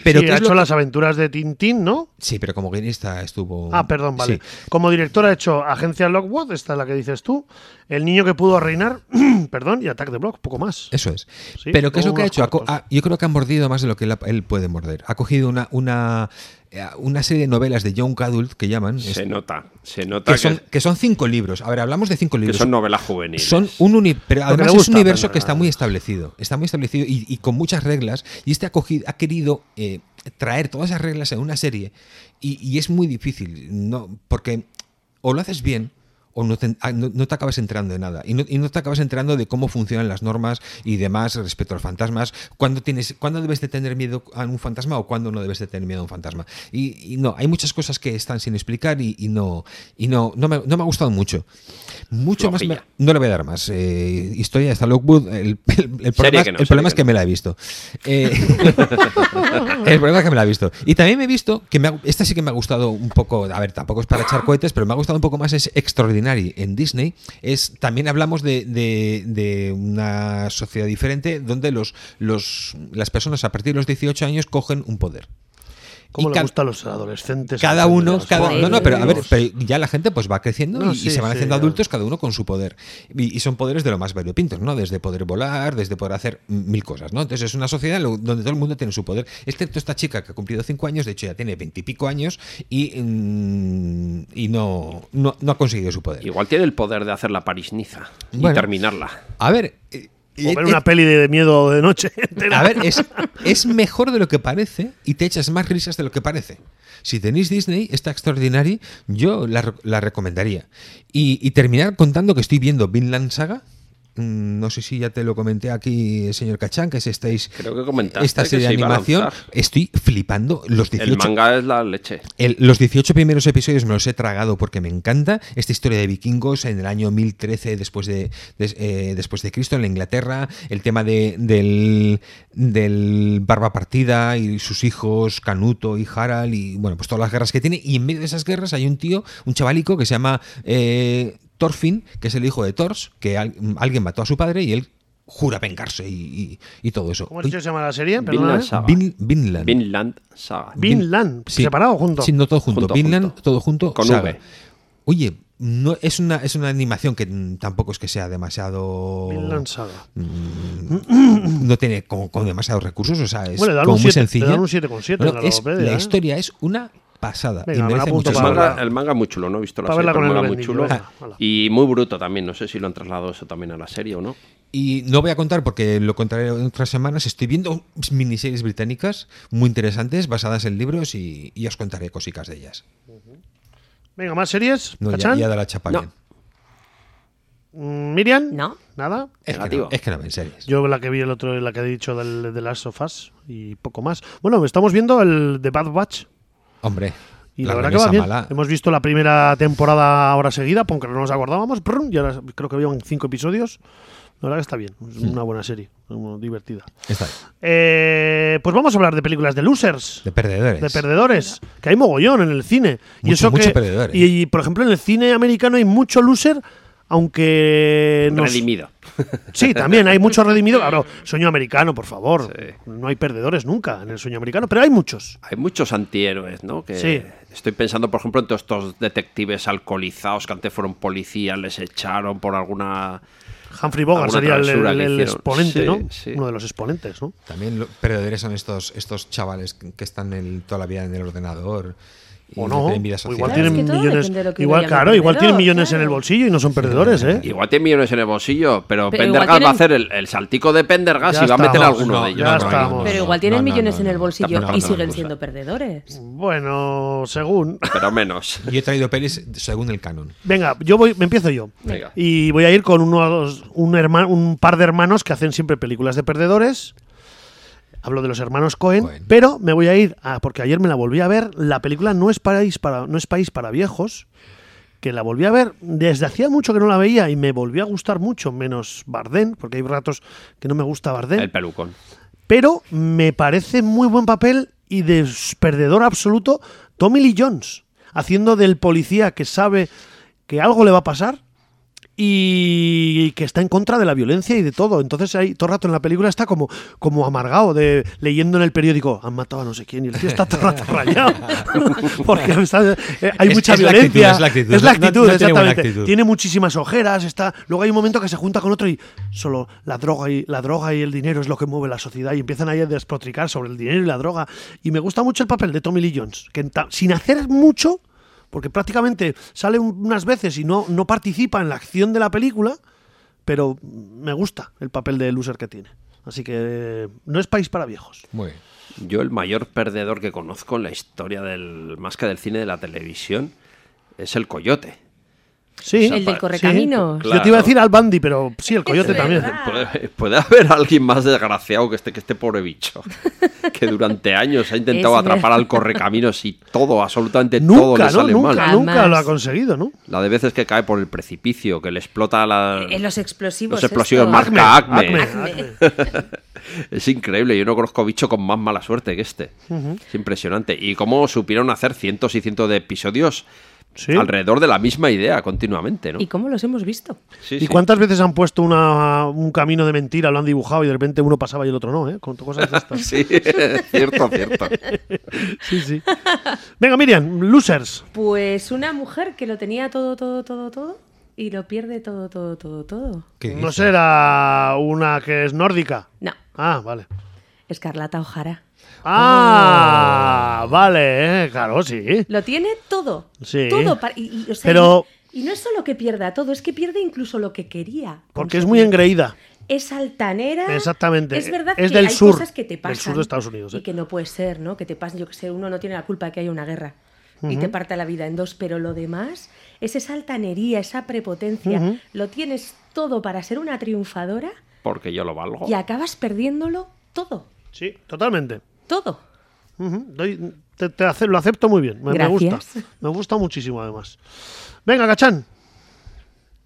B: Pero
A: sí,
B: ¿qué
A: ha
B: es lo
A: hecho
B: que-
A: las aventuras de Tintín, ¿no?
B: Sí, pero como guionista estuvo.
A: Ah, perdón, vale.
B: Oh, Sí.
A: Como directora ha hecho Agencia Lockwood, esta es la que dices tú. El niño que pudo reinar, [CLEARS THROAT] perdón, y Attack the Block, poco más.
B: Eso es.
A: Sí,
B: Pero ¿qué es lo
A: con
B: que ha
A: unos
B: hecho? Ha co-
A: cortos.
B: ha- yo creo que ha mordido más de lo que él, él puede morder. Ha cogido una, una, eh, una serie de novelas de Young Adult que llaman, es-
C: Se nota, se nota
B: que,
C: que,
B: son, que son cinco libros. A ver, hablamos de cinco
C: que
B: libros.
C: son novelas juveniles.
B: Son un uni- pero
A: que
B: además
A: le
B: es
A: gusta,
B: un universo
A: venga,
B: que está
A: venga.
B: muy establecido, está muy establecido y, y con muchas reglas. Y este ha cogido, ha querido eh, traer todas esas reglas en una serie y, y es muy difícil, no, porque o lo haces bien o no te, ah, no, no te acabas enterando de nada y no, y no te acabas enterando de cómo funcionan las normas y demás respecto a los fantasmas, cuándo tienes, cuándo debes de tener miedo a un fantasma o cuándo no debes de tener miedo a un fantasma. Y, y no, hay muchas cosas que están sin explicar y, y no, y no, no me, no me ha gustado mucho. Mucho más me-
C: Flojilla.
B: no le voy a dar más. Eh, historia de Lockwood. El, el- el problema, es-
C: que no,
B: el
C: serie
B: problema es
C: que
B: que
C: no.
B: me la he visto. Eh, [LAUGHS] el problema es que me la he visto. Y también me he visto que me ha- esta sí que me ha gustado un poco. A ver, tampoco es
C: [GASPS]
B: para echar cohetes, pero me ha gustado un poco más. Es Extraordinary en Disney. Es, también hablamos de, de- de una sociedad diferente donde los, los, las personas a partir de los 18 años cogen un poder.
A: ¿Cómo
B: Y
A: le
B: ca-
A: gusta a los adolescentes?
B: cada
A: aprender
B: uno,
A: las
B: cada,
A: cosas?
B: no, no, pero a ver,
A: Dios.
B: pero ya la gente pues va creciendo
A: No,
B: y, y
A: sí,
B: se van
A: sí,
B: haciendo
A: ya.
B: adultos cada uno con su poder y, y son poderes de lo más variopintos, ¿no? Desde poder volar, desde poder hacer mil cosas, ¿no? Entonces es una sociedad lo- donde todo el mundo tiene su poder, excepto esta chica que ha cumplido cinco años, de hecho ya tiene veintipico años y, mm, y no, no, no ha conseguido su poder.
C: Igual tiene el poder de hacer la París-Niza y
B: Bueno.
C: terminarla.
B: A ver, eh,
A: O
B: eh,
A: ver
B: eh,
A: una peli de miedo de noche. [LAUGHS] entera.
B: A ver, es, es mejor de lo que parece y te echas más risas de lo que parece. Si tenéis Disney, esta Extraordinary, yo la, re- la recomendaría. Y, y terminar contando que estoy viendo Vinland Saga. Mm, No sé si ya te lo comenté aquí, señor Cachán, que si estáis.
C: Creo que comentaste
B: Esta
C: que se
B: serie de
C: iba a
B: animación,
C: lanzar.
B: estoy flipando los 18
C: El manga es la leche.
B: el- los 18 primeros episodios me los he tragado porque me encanta. Esta historia de vikingos en el año 1013 después de, des- eh, después de Cristo en la Inglaterra. El tema de, del, del Barba Partida y sus hijos, Canuto y Harald. Y bueno, pues todas las guerras que tiene. Y en medio de esas guerras hay un tío, un chavalico que se llama eh, Thorfinn, que es el hijo de Thors, que al- alguien mató a su padre y él jura vengarse y, y- y todo eso.
A: ¿Cómo has dicho que se llama la serie? Perdona,
C: Vinland
A: ¿eh?
C: Saga.
B: Vin- Vinland.
C: Vinland Saga.
A: Vin- Vinland, ¿separado o junto?
B: Sí, no todo junto.
C: Junto,
B: Vinland,
C: junto.
B: todo junto.
C: Con
B: saga.
C: V.
B: Oye, no, es, una, es una animación que mm, tampoco es que sea demasiado.
A: Vinland Saga.
B: [CLEARS THROAT] No tiene como, como demasiados recursos, o sea, es
A: Bueno, le dan
B: como
A: un
B: muy
A: siete, le
B: sencilla.
A: dan un 7,7
B: Bueno,
A: en la
B: es-
A: Logopedia,
B: la
A: ¿eh?
B: historia es una pasada.
A: Venga, me
B: y
A: la
B: merece
A: apunto
B: mucho
C: El
A: para
B: la
A: verla.
C: manga,
B: pena.
C: el manga muy chulo, no he visto la
A: Para
C: serie,
A: verla
C: pero
A: con
C: el
A: el
C: manga muy
A: vendillo,
C: chulo.
A: venga, hala.
C: Y muy bruto también, no sé si lo han trasladado eso también a la serie o no.
B: Y no voy a contar porque lo contaré en otras semanas. Estoy viendo miniseries británicas muy interesantes basadas en libros y, y os contaré cositas de ellas.
A: Venga, más series.
B: No, ya,
A: ¿Cachán?
B: ya da la chapa
C: No.
B: bien.
A: Mm, Miriam.
D: No.
A: Nada.
B: Es que,
C: Negativo.
B: no, es que no ven series.
A: Yo la que vi el otro, la que he dicho del, de las sofás y poco más. Bueno, estamos viendo el de Bad Batch.
B: Hombre,
A: Y
B: la
A: la, verdad que va
B: remesa
A: bien.
B: mala.
A: Hemos visto la primera temporada ahora seguida, pues aunque no nos acordábamos. prrrum, y ahora creo que llevan cinco episodios. La verdad que está bien.
B: Hmm.
A: Es una buena serie. como Divertida.
B: Está bien.
A: Eh, pues vamos a hablar de películas de losers.
B: De perdedores.
A: De perdedores, que hay mogollón en el cine. y
B: Mucho,
A: eso
B: mucho
A: que,
B: perdedor, ¿eh?
A: y, y, por ejemplo en el cine americano hay mucho loser, aunque nos-
C: Redimido.
A: Sí, también hay mucho redimido. Claro, sueño americano, por favor. No hay perdedores nunca en el sueño americano, pero hay muchos.
C: Hay muchos antihéroes, ¿no? Que
A: Sí.
C: Estoy pensando, por ejemplo, en todos estos detectives alcoholizados que antes fueron policías, les echaron por alguna...
A: Humphrey Bogart
C: Alguna
A: sería el,
C: travesura
A: el-
C: que
A: el
C: hicieron.
A: exponente,
C: Sí,
A: ¿no?
C: sí.
A: Uno de los exponentes, ¿no?
B: También lo- perdedores son estos, estos chavales que que están el- toda la vida en el ordenador. y
A: O no.
B: tienen vida
A: o
B: social.
A: igual
D: Claro, es
A: tienen
D: que todo
A: millones.
D: depende de lo que
A: Igual,
D: uno llame
A: claro, igual
D: perdedor,
A: tienen millones
D: claro.
A: en el bolsillo y no son perdedores, ¿eh?
C: Igual tiene millones en el bolsillo, pero,
D: Pero
C: Pendergast
D: igual
C: va a
D: tienen-
C: hacer el, el saltico de Pendergast
A: Ya
C: y va a meter
A: estamos,
C: alguno
A: no,
C: de ellos.
A: ya estamos.
D: Pero
A: no,
D: igual tienen
B: no, no,
D: millones
B: no,
D: en el
B: no.
D: bolsillo
C: Tampoco
D: y
C: no,
D: siguen
C: pues,
D: siendo perdedores.
A: Bueno, según.
C: Pero menos.
A: ¿Eh?
B: Yo he traído pelis según el canon.
A: Venga, yo voy, me empiezo yo.
C: Venga.
A: Y voy a ir con uno, a dos- un, herma- un par de hermanos que hacen siempre películas de perdedores. Hablo de los hermanos Cohen,
B: Coen.
A: pero me voy a ir a, porque ayer me la volví a ver. La película no es país para no es país para viejos, que la volví a ver desde hacía mucho que no la veía y me volvió a gustar mucho, menos Bardem, porque hay ratos que no me gusta Bardem
C: El pelucón.
A: pero me parece muy buen papel y de perdedor absoluto Tommy Lee Jones, haciendo del policía que sabe que algo le va a pasar y que está en contra de la violencia y de todo. Entonces ahí todo el rato en la película está como, como amargado, de, leyendo en el periódico, han matado a no sé quién y el tío está todo el rato rayado. [LAUGHS] Porque está- eh, hay
B: Es-
A: mucha
B: es la actitud,
A: violencia.
B: es la actitud.
A: Es la
B: No- no-
A: actitud,
B: no tiene buena
A: exactamente.
B: actitud.
A: Tiene muchísimas ojeras, está. Luego hay un momento que se junta con otro y solo la droga y la droga y el dinero es lo que mueve la sociedad y empiezan ahí a despotricar sobre el dinero y la droga. Y me gusta mucho el papel de Tommy Lee Jones, que en ta- sin hacer mucho, porque prácticamente sale un- unas veces y no, no participa en la acción de la película, pero me gusta el papel de loser que tiene. Así que eh, no es país para viejos.
B: Muy bien.
C: Yo el mayor perdedor que conozco en la historia del más que del cine de la televisión es el coyote.
A: Sí,
D: El del
C: Sí,
D: correcaminos.
C: claro.
A: yo te iba a decir al Bandy, pero sí,
D: [LAUGHS]
A: el coyote también.
C: Este Puede, puede haber alguien más desgraciado que este, que este pobre bicho, que durante años ha intentado
D: Es
C: atrapar
D: verdad.
C: al correcaminos y todo, absolutamente todo
A: Nunca,
C: le
A: ¿no?
C: sale
A: Nunca,
C: mal.
A: nunca lo ha
D: Jamás.
A: conseguido, ¿no?
C: La de veces que cae por el precipicio, que le explota la...
D: Eh, los explosivos.
C: Los explosivos
D: estos.
C: marca-
A: Acme,
C: Acme.
A: Acme.
C: Es increíble, yo no conozco bicho con más mala suerte que este. Es impresionante. Y cómo supieron hacer cientos y cientos de episodios
A: Sí.
C: alrededor de la misma idea continuamente, ¿no?
D: ¿Y cómo los hemos visto?
C: Sí,
A: ¿Y
C: sí.
A: cuántas veces han puesto una- un camino de mentira, lo han dibujado y de repente uno pasaba y el otro no, ¿eh? Con cosas de
B: [LAUGHS]
A: estas.
C: [LAUGHS] Sí, [LAUGHS] cierto, cierto.
A: Sí, sí. Venga, Miriam, losers.
D: Pues una mujer que lo tenía todo, todo, todo, todo y lo pierde todo, todo, todo, todo.
B: ¿Qué
A: No
B: dices?
A: será una que es nórdica.
D: No,
A: Ah, vale.
D: Escarlata O'Hara.
B: Oh.
A: Ah, vale, eh, claro, sí.
D: Lo tiene todo.
A: Sí.
D: Todo. para- y, y, o sea,
A: Pero-
D: y- y no es solo que pierda todo, es que pierde incluso lo que quería.
A: Porque es muy engreída.
D: Es altanera.
A: Exactamente.
D: Es verdad
A: Es
D: que
A: del
D: hay
A: sur,
D: cosas que te
A: del
D: pasan.
A: sur de Estados Unidos,
D: Y
A: eh.
D: que no puede ser, ¿no? Que te pasen, yo que sé, uno no tiene la culpa de que haya una guerra y te parta la vida en dos, pero lo demás es esa altanería, esa prepotencia. Lo tienes todo para ser una triunfadora
C: Porque yo lo valgo.
A: Oh.
D: y acabas perdiéndolo todo.
A: Sí, totalmente.
D: Todo.
A: Ujú, doy- te, te ace- lo acepto muy bien. Me, me gusta.
D: Gracias.
A: Me gusta muchísimo, además. Venga, Cachán.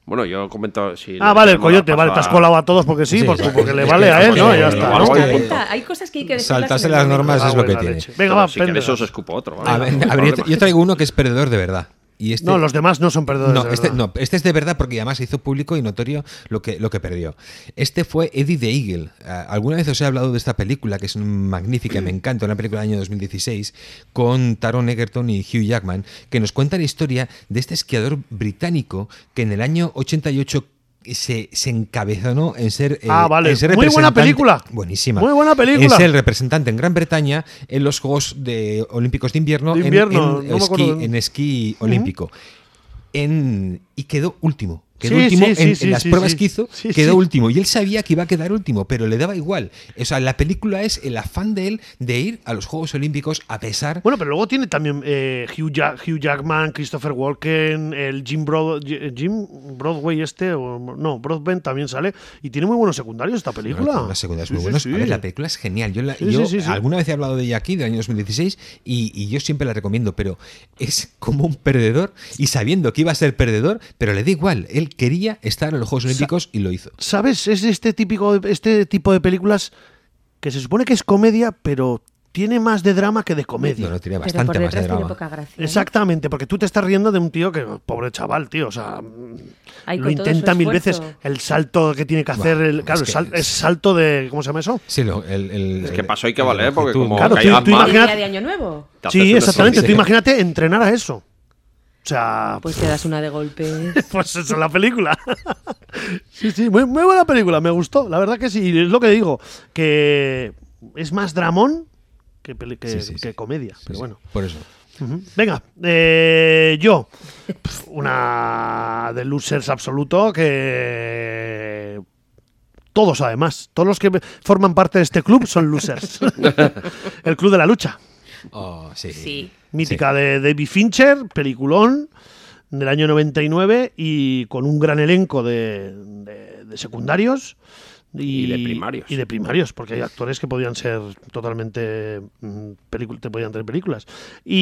C: Bueno, yo comento si...
A: Ah, vale,
C: le
A: el
C: tenemos la
A: coyote. Vale, te has
C: pasada-
A: colado a todos porque sí,
B: Sí,
A: porque,
B: sí,
A: porque
B: sí,
A: le
B: sí,
A: vale
B: sí,
A: a él,
B: sí,
A: ¿no?
B: sí,
A: Ya
B: sí,
A: está.
B: sí,
A: ¿no?
C: sí,
D: Está
B: sí.
D: atenta. Hay cosas que hay que decirlas
B: Saltarse
D: en el
B: las
D: momento.
B: normas es
A: Ah,
B: lo que
A: buena
B: tiene.
A: leche. Venga,
C: Pero
A: va,
C: si queréis
A: Pendergast.
C: os escupo otro. ¿vale?
B: A ver,
C: No hay
B: a ver, yo,
C: problema.
B: tra- yo traigo uno que es perdedor de verdad. Y este,
A: No, los demás no son perdedores.
B: No,
A: de
B: este,
A: verdad.
B: no, este es de verdad porque además hizo público y notorio lo que, lo que perdió. Este fue Eddie the Eagle. Ah, alguna vez os he hablado de esta película que es magnífica, me encanta, una película del año 2016 con Taron Egerton y Hugh Jackman, que nos cuenta la historia de este esquiador británico que en el año 88 se, se encabezonó en ser, eh,
A: Ah, vale.
B: en ser
A: Muy buena
B: representante-
A: película.
B: Buenísima.
A: Muy buena película.
B: Es el representante en Gran Bretaña en los Juegos de Olímpicos de Invierno,
A: De
B: en-
A: invierno,
B: en,
A: no me
B: esquí,
A: acuerdo.
B: en esquí olímpico en- y quedó último. Quedó
A: Sí,
B: último
A: sí, sí,
B: en, en
A: sí,
B: las
A: sí,
B: pruebas
A: sí.
B: que hizo,
A: Sí,
B: quedó
A: sí.
B: último. Y él sabía que iba a quedar último, pero le daba igual. O sea, la película es el afán de él de ir a los Juegos Olímpicos a pesar.
A: Bueno, pero luego tiene también eh, Hugh, Ja- Hugh Jackman, Christopher Walken, el Jim, Bro- Jim Broadway este, o, no, Broadbent también sale. Y tiene muy buenos secundarios esta película.
B: Bueno, las segundas muy
A: Sí, sí,
B: buenas.
A: sí.
B: A ver, la película es genial. Yo, la-
A: Sí,
B: yo
A: sí, sí, sí.
B: alguna vez he hablado de ella aquí, del año 2016, y, y yo siempre la recomiendo, pero es como un perdedor y sabiendo que iba a ser perdedor, pero le da igual. Él quería estar en los Juegos Olímpicos y lo hizo.
A: ¿Sabes? Es este, típico, este tipo de películas que se supone que es comedia, pero tiene más de drama que de comedia.
B: No, no, tiene
D: Pero por
B: bastante más de
D: detrás tiene
B: drama.
D: poca gracia. ¿eh?
A: Exactamente, porque tú te estás riendo de un tío que, pobre chaval, tío, o sea,
D: Ay,
A: lo
D: con todo su
A: intenta mil veces.
D: esfuerzo.
A: El salto que tiene que hacer,
B: Buah,
A: el,
B: es
A: claro,
B: que
A: el sal-
B: es-
A: es salto de, ¿cómo se llama eso?
B: Sí, lo- el, el-
C: Es que
B: el-
C: pasó hay que
B: el de
C: valer, porque
B: longitud,
C: como
B: ¿no?
A: Claro,
C: caigas
A: tú- tú
C: mal,
D: El
A: imagina-
D: día de Año Nuevo.
C: te haces
A: Sí,
C: una
A: exactamente.
C: sonrisa.
A: Tú imagínate entrenar a eso. O sea,
D: Pues te das una de golpe.
A: [LAUGHS] pues eso es la película. [LAUGHS] sí, sí, muy, muy buena película, me gustó. La verdad que sí, y es lo que digo, que es más dramón que, peli- que,
B: Sí, sí, sí.
A: que comedia.
B: Sí,
A: pero
B: sí,
A: bueno.
B: Por eso.
A: Ujú. Venga, eh, yo, Pf, una de losers absoluto que todos además, todos los que forman parte de este club son losers. El club de la lucha,
B: Oh, sí.
D: Sí.
A: mítica de David Fincher, peliculón del año 99 y con un gran elenco de, de- de secundarios. Y,
C: Y de primarios.
A: Y de primarios, porque hay actores que podían ser totalmente. mm, pelicu- te podían tener películas.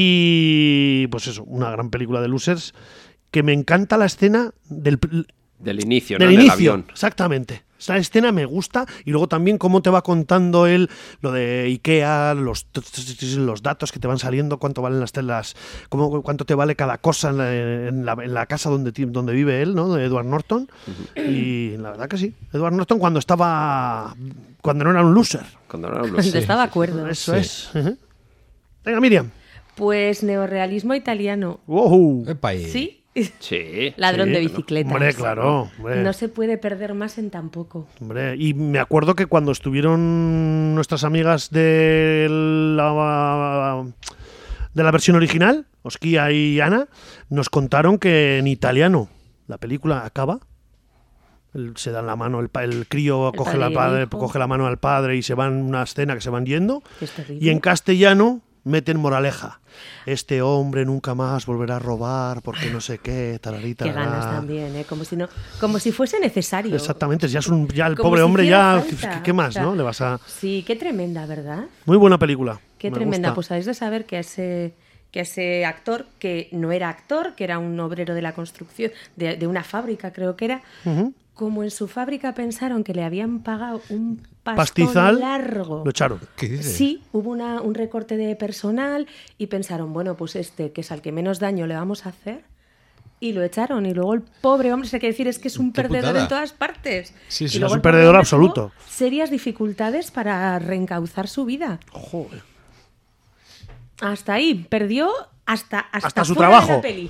A: Y. Pues eso, una gran película de losers que me encanta la escena del, pl-
C: Del inicio,
A: del
C: ¿no?
A: inicio,
C: Del avión.
A: exactamente. Esa escena me gusta y luego también cómo te va contando él lo de Ikea, los, t- t- t- los datos que te van saliendo, cuánto valen las telas, cómo, cuánto te vale cada cosa en la, en la- en la casa donde, ti- donde vive él, ¿no? De Edward Norton. Y la verdad que sí. Edward Norton cuando estaba. cuando no era un loser.
C: Cuando no hablo,
D: Cuando
C: sí.
D: estaba de acuerdo.
A: Eso
B: Sí.
A: es. Ujú. Venga, Miriam.
D: Pues neorrealismo italiano.
A: Wow.
B: Epa, y-
D: ¿Sí. [LAUGHS]
C: Sí.
D: Ladrón
A: Sí,
D: de
A: ¿no?
D: bicicletas.
A: Hombre, claro. hombre.
D: No se puede perder más en tampoco.
A: Hombre, y me acuerdo que cuando estuvieron nuestras amigas de la, de la versión original, Osquía y Ana, nos contaron que en italiano la película acaba. el- se dan la mano, el, pa- el crío
D: El
A: coge,
D: padre y
A: la
D: el
A: padre-
D: hijo.
A: coge la mano al padre y se van una escena que se van yendo.
D: Es terrible.
A: Y en castellano meten moraleja. Este hombre nunca más volverá a robar porque no sé qué, tararita.
D: Qué ganas también, ¿eh? Como si, no, como si fuese necesario.
A: Exactamente, ya es un, ya el
D: Como
A: pobre
D: si
A: hombre
D: hiciera
A: ya
D: falta.
A: qué más,
D: O sea,
A: ¿no? Le vas a
D: Sí, qué tremenda, ¿verdad?
A: muy buena película.
D: Qué
A: me
D: tremenda.
A: gusta.
D: Pues habéis de saber que ese, que ese actor, que no era actor, que era un obrero de la construcción, de, de una fábrica creo que era, como en su fábrica pensaron que le habían pagado un pastón
A: Pastizal
D: pues, largo.
A: lo echaron.
B: ¿Qué dices?
D: Sí, hubo una- un recorte de personal y pensaron, bueno, pues este, que es al que menos daño le vamos a hacer. Y lo echaron. Y luego el pobre hombre, se hay que decir, es que es un
B: Qué
D: perdedor
B: putada.
D: en todas partes.
B: Sí,
D: Y
B: sí.
A: Es
D: luego
A: un
D: el pobre
A: perdedor
D: hombre tuvo
A: absoluto.
D: Serias dificultades para reencauzar su vida.
A: Joder.
D: Hasta ahí, perdió hasta, hasta,
A: Hasta su
D: fuera de la
A: trabajo.
D: peli.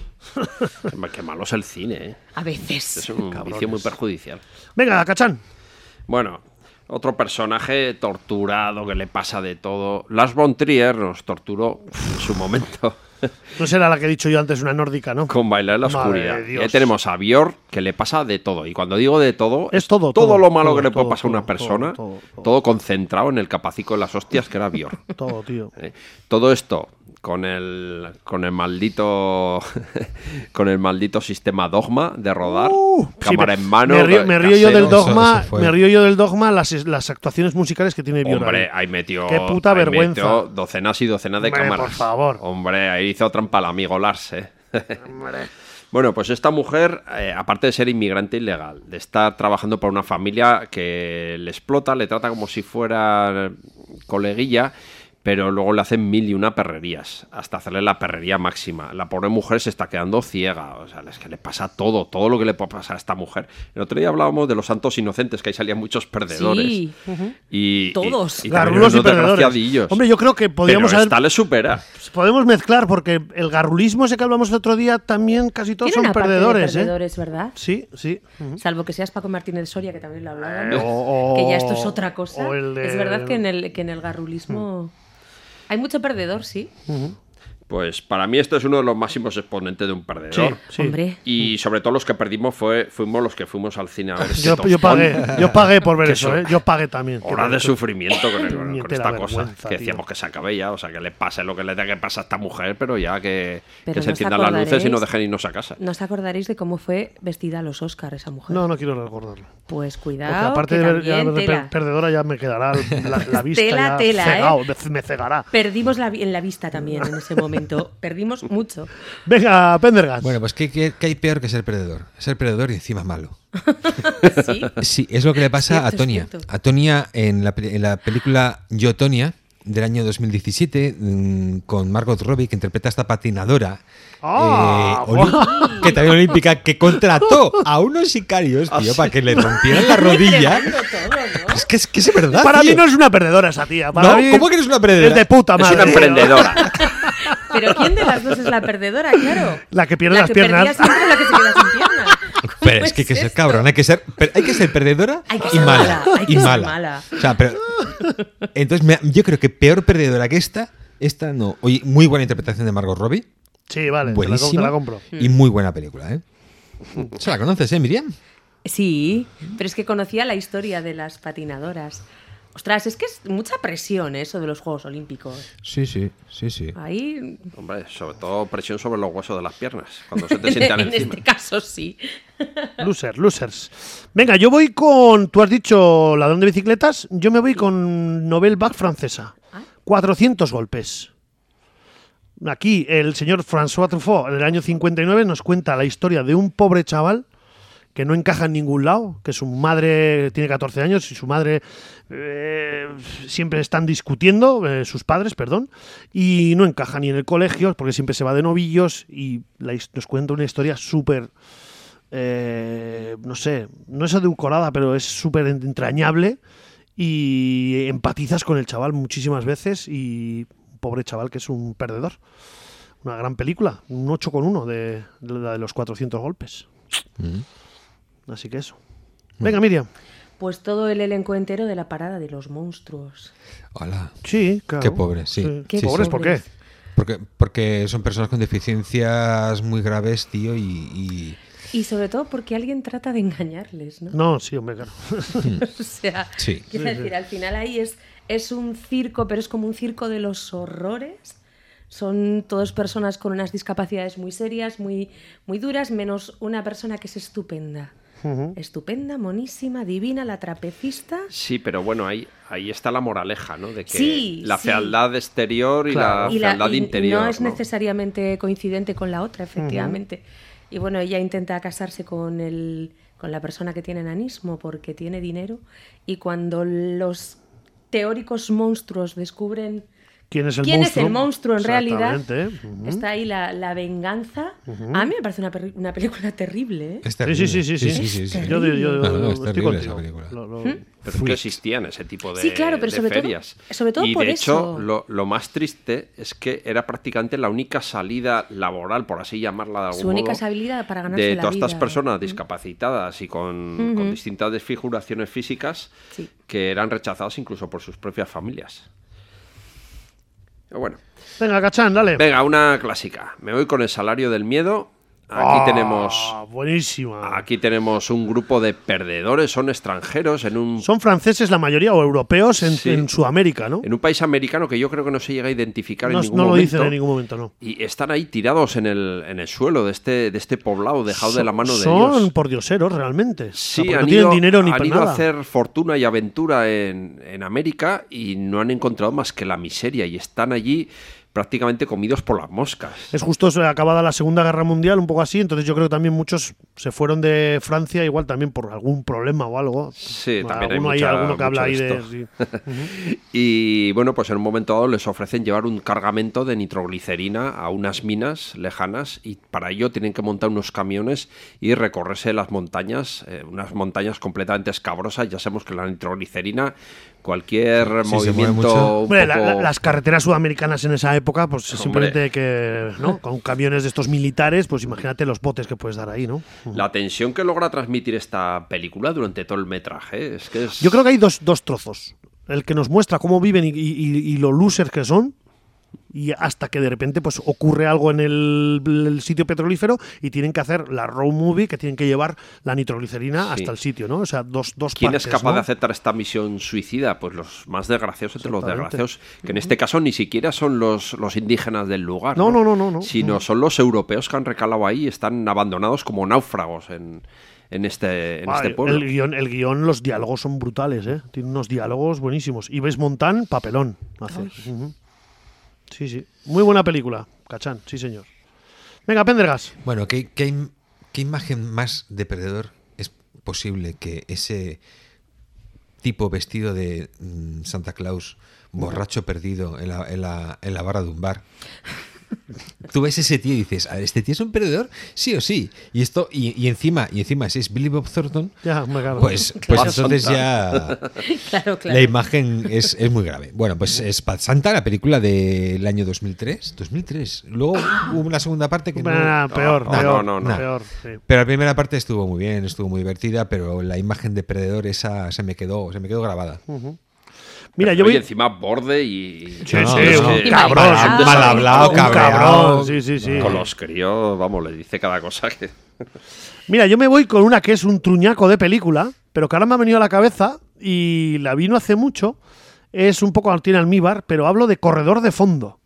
C: Qué malo es el cine, ¿eh?
D: A
C: Es
D: veces.
C: un vicio muy perjudicial.
A: Venga, Cachán.
C: Bueno, otro personaje torturado que le pasa de todo. Lars von Trier nos torturó en su momento
A: No será la que he dicho yo antes, una nórdica, ¿no?
C: con Bailar en la
A: Madre
C: Oscuridad.
A: de
C: Y
A: Dios.
C: ahí tenemos a Björk que le pasa de todo. Y cuando digo de todo,
A: Es todo,
C: Todo,
A: todo,
C: lo malo
A: todo,
C: que le puede
A: todo,
C: pasar a una
A: todo,
C: persona,
A: todo, todo, todo.
C: todo concentrado en el capacico de las hostias que era Björk.
A: Todo,
C: [LAUGHS]
A: tío.
C: ¿eh? Todo esto con el con el maldito [LAUGHS] con el maldito sistema dogma de rodar
A: Uh,
C: Ah, cámara
A: sí,
C: en mano eh,
A: Me río, me río yo
C: casero.
A: del dogma,
B: Eso- eso fue.
A: me río yo del dogma las, las actuaciones musicales que tiene Bjorn.
C: Hombre, ahí metió.
A: Qué puta
C: ahí
A: vergüenza.
C: metió docenas y docenas de
A: Hombre,
C: cámaras.
A: por favor.
C: Hombre, ahí hizo trampa el amigo Lars, ¿eh? [LAUGHS] Bueno, pues esta mujer, eh, aparte de ser inmigrante ilegal, de estar trabajando para una familia que le explota, le trata como si fuera coleguilla, pero luego le hacen mil y una perrerías, hasta hacerle la perrería máxima. La pobre mujer se está quedando ciega, o sea, es que le pasa todo, todo lo que le puede pasar a esta mujer. El otro día hablábamos de los santos inocentes, que ahí salían muchos perdedores.
D: Sí.
C: Y,
D: Todos.
C: Y, y también
A: Garrulos y
C: unos
A: perdedores.
C: desgraciadillos.
A: Hombre, yo creo que podríamos
C: Pero
A: haber-
C: esta le supera.
A: podemos mezclar porque el garrulismo ese que hablamos el otro día también casi todos
D: Tiene
A: son
D: una parte de
A: perdedores, ¿eh?
D: perdedores, ¿verdad?
A: Sí, sí. Ujú.
D: Salvo que seas Paco Martínez Soria, que también lo
A: Eh,
D: hablábamos.
A: [LAUGHS] o-
D: que ya esto es otra cosa.
A: o el Hmm. de-
D: Es verdad que en el, que en el garrulismo hay mucho perdedor, sí.
C: Pues para mí este es uno de los máximos exponentes de un perdedor.
A: Sí, sí.
D: Hombre.
C: Y sobre todo los que perdimos fue, fuimos los que fuimos al cine a ver ese
A: Yo,
C: tostón.
A: yo pagué, yo pagué
B: [LAUGHS]
A: por ver
C: Qué
A: eso,
C: so-
A: ¿eh? Yo pagué también.
C: Hora de sufrimiento
A: [LAUGHS]
C: con, con- con
A: Puñetera
C: esta cosa.
A: vergüenza,
C: Que
A: tío.
C: decíamos que se acabe ya, o sea, que le pase lo que le tenga que pasar a esta mujer, pero ya que,
D: Pero
C: que
D: no
C: se
D: os
C: enciendan las luces y
D: acordaréis-
C: nos dejen irnos a casa.
D: No os acordaréis de cómo fue vestida a los Oscar esa mujer.
A: No, no quiero recordarlo.
D: Pues cuidado.
A: Porque aparte
D: que
A: de ver ya
D: también,
A: ver de per-
D: tela.
A: perdedora ya me quedará la,
D: [LAUGHS]
A: la vista
D: Tela,
A: ya
D: tela, ¿eh?
A: cegao, me, me cegará.
D: Perdimos la, vi- en la vista también en ese momento.
A: [LAUGHS]
D: Perdimos mucho.
A: Venga, Pendergast.
B: Bueno, pues ¿qué, qué, qué hay peor que ser perdedor? Ser perdedor y encima malo.
A: Ah.
D: Sí.
B: Sí, es lo que le pasa
D: Cierto,
B: a Tonia.
D: es cierto.
B: A Tonia en la, pe- en la película Yo Tonia del año 2017 mm, con Margot Robbie que interpreta a esta patinadora
A: Ah,
B: eh, olí- que también olímpica que contrató a unos sicarios tío,
A: Ah,
B: para que le rompieran
D: [LAUGHS]
B: la rodilla.
D: Tremendo todo, ¿no?
B: Es que es, que es verdad.
A: para
B: tío.
A: mí no es una perdedora esa tía. Para
B: No,
A: mí
B: ¿cómo que no es una perdedora?
A: Es de puta
C: Es
A: madre.
C: una emprendedora.
A: [LAUGHS]
D: Pero ¿quién de las dos es la perdedora? Claro.
A: La que pierde
D: La
A: las
D: que perdía
A: piernas.
D: siempre es la que se queda sin piernas. Pues
B: Pero es que hay que ser cabrón, hay que ser, pero hay que ser perdedora
D: Hay que
B: y
D: ser
B: mala.
D: mala, hay que
B: y
D: ser
B: mala.
D: mala.
B: O sea, pero, entonces me- yo creo que peor perdedora que esta Esta no. Oye, muy buena interpretación de Margot Robbie.
A: Sí, vale, te la, com- te
B: Buenísima.
A: la compro.
D: Hmm.
B: Y muy buena película, ¿eh? ¿Se la conoces, eh, Miriam?
D: Sí, pero es que conocía la historia de las patinadoras. Ostras, es que es mucha presión ¿eh? eso de los Juegos Olímpicos.
B: Sí, sí, sí, sí.
D: Ahí,
C: Hombre, sobre todo presión sobre los huesos de las piernas, cuando se te sientan
D: [LAUGHS] en
C: encima.
D: este caso sí.
A: Loser, losers. Venga, yo voy con. Tú has dicho ladrón de bicicletas. Yo me voy con Nobel Bach francesa. 400 golpes. Aquí el señor François Truffaut, en el año 59, nos cuenta la historia de un pobre chaval que no encaja en ningún lado, que su madre tiene 14 años y su madre eh, siempre están discutiendo, eh, sus padres, perdón, y no encaja ni en el colegio porque siempre se va de novillos y la his- nos cuenta una historia súper eh, no sé, no es edulcorada, pero es súper entrañable y empatizas con el chaval muchísimas veces y pobre chaval que es un perdedor. Una gran película, un 8 con 1 de, de la de los 400 golpes.
B: Mm.
A: Así que eso. Venga, Miriam.
D: Pues todo el elenco entero de la parada de los monstruos.
B: Hola.
A: Sí, claro.
B: Qué pobre, sí.
D: Qué
B: Sí,
A: ¿Pobres
B: sí.
A: por qué?
B: Porque, porque son personas con deficiencias muy graves, tío, y, y-
D: Y sobre todo porque alguien trata de engañarles, ¿no?
A: No, sí, hombre, claro. [LAUGHS]
D: [LAUGHS] O sea,
B: Sí.
D: quiero decir, al final ahí es, es un circo, pero es como un circo de los horrores. Son todas personas con unas discapacidades muy serias, muy, muy duras, menos una persona que es estupenda. Estupenda, monísima, divina, la trapecista.
C: Sí, pero bueno, ahí, ahí está la moraleja, ¿no? De que
D: Sí,
C: la
D: sí.
C: fealdad exterior y
A: Claro.
C: la
D: la-
C: fealdad
D: y
C: interior.
D: no es necesariamente coincidente con la otra, efectivamente. Y bueno, ella intenta casarse con el con la persona que tiene enanismo porque tiene dinero y cuando los teóricos monstruos descubren
A: ¿Quién es el
D: quién
A: monstruo?
D: es el monstruo en realidad,
A: Exactamente, ¿eh? Ujú.
D: está ahí la, la venganza. A mí me parece una, perri- una película terrible. ¿eh?
A: Sí,
B: es
A: sí,
B: terrible.
A: sí, sí, sí.
B: sí.
A: Yo, yo- yo-
B: No, no, es
A: estoy
B: terrible esa
A: contigo.
B: película.
A: Lo- lo-
D: ¿Mm?
C: Pero es que existían ese tipo de,
D: Sí, claro, pero
C: de
D: sobre todo-
C: ferias.
D: sobre todo
C: y
D: por
C: de
D: eso.
C: hecho, lo, lo más triste es que era prácticamente la única salida laboral, por así llamarla de algún
D: Su única
C: modo,
D: habilidad para ganarse
C: de
D: la
C: todas
D: vida. ¿eh?
C: estas personas discapacitadas y con, con distintas desfiguraciones físicas
D: Sí.
C: que eran rechazadas incluso por sus propias familias. Pero bueno.
A: Venga, Cachán, dale.
C: Venga, una clásica. Me voy con el salario del miedo. Aquí
A: Ah,
C: tenemos.
A: Buenísima.
C: Aquí tenemos un grupo de perdedores, son extranjeros en un,
A: Son franceses la mayoría o europeos en,
C: Sí.
A: en Sudamérica, ¿no?
C: en un país americano que yo creo que no se llega a identificar
A: No,
C: en ningún
A: no lo
C: momento.
A: dicen en ningún momento, no.
C: Y están ahí tirados en el, en el suelo de este, de este poblado, dejado de la mano de
A: Son
C: Dios.
A: pordioseros, realmente. O sea,
C: Sí,
A: porque
C: han
A: no tienen
C: ido,
A: dinero ni
C: han
A: para
C: ido
A: nada.
C: a hacer fortuna y aventura en, en América y no han encontrado más que la miseria y están allí prácticamente comidos por las moscas.
A: Es justo eh, acabada la Segunda Guerra Mundial, un poco así. Entonces, yo creo que también muchos se fueron de Francia, igual también por algún problema o algo.
C: Sí,
A: Bueno,
C: también
A: alguno
C: hay mucha-
A: alguno que habla ahí
C: mucho de
A: de.
C: esto.
A: sí. [LAUGHS]
C: Y bueno, pues en un momento dado les ofrecen llevar un cargamento de nitroglicerina a unas minas lejanas y para ello tienen que montar unos camiones y recorrerse las montañas, eh, unas montañas completamente escabrosas. Ya sabemos que la nitroglicerina, cualquier
B: Sí, se mueve mucho.
C: movimiento... un
A: Hombre, la- la-
C: poco-
A: las carreteras sudamericanas en esa época, pues simplemente
C: Hombre.
A: que. ¿no? Con camiones de estos militares, pues imagínate los botes que puedes dar ahí, ¿no?
C: La tensión que logra transmitir esta película durante todo el metraje es que es...
A: Yo creo que hay dos, dos trozos. El que nos muestra cómo viven y, y- y- y lo losers que son. Y hasta que de repente pues ocurre algo en el, el sitio petrolífero y tienen que hacer la road movie que tienen que llevar la nitroglicerina
C: Sí.
A: hasta el sitio, ¿no? O sea, dos, dos
C: ¿Quién
A: partes,
C: es capaz
A: ¿no?
C: de aceptar esta misión suicida? Pues los más desgraciados entre los
A: Exactamente.
C: desgraciados, que en este caso ni siquiera son los, los indígenas del lugar.
A: No, no, no, no, no.
C: Sino son los europeos que han recalado ahí y están abandonados como náufragos en, en este, en
A: Ah,
C: este pueblo.
A: el, guión, el guión, los diálogos son brutales, ¿eh? Tiene unos diálogos buenísimos. Y ves Montán, papelón. hace. Ujú. Sí, sí. Muy buena película, Cachán, sí señor. Venga, Pendergas.
B: Bueno, ¿qué, qué, im- qué imagen más de perdedor es posible que ese tipo vestido de mm, Santa Claus, borracho perdido en la, en la- en la barra de un bar? Tú ves ese tío y dices, "A ver, ¿este tío es un perdedor? Sí o sí. Y esto, y, y encima, y encima, si es Billy Bob Thornton,
A: Ya, hombre, claro. [LAUGHS]
B: pues, pues entonces ya
D: [LAUGHS] Claro, claro.
B: la imagen es, es muy grave. Bueno, pues es Pad Santa, la película del año 2003. 2003. Luego hubo una segunda parte que no-
A: Nah, peor,
C: no,
A: peor,
C: no, no,
B: no.
A: peor. sí.
B: Pero la primera parte estuvo muy
A: Oh,
B: bien, estuvo muy divertida, pero la imagen de perdedor esa se me quedó, se me quedó grabada.
A: Mira,
C: Pero,
A: yo
C: oye,
A: vi.
C: encima borde y.
A: Sí,
B: No,
A: sí,
B: es
A: un
B: que-
A: cabrón.
D: Mal-
A: un
D: mal hablado,
A: un cabrón.
B: cabreado.
A: Sí, sí, sí.
C: Con los críos, vamos, le dice cada cosa que.
A: Mira, yo me voy con una que es un truñaco de película, pero que ahora me ha venido a la cabeza y la vi no hace mucho. Es un poco tiene almíbar, pero hablo de Corredor de Fondo.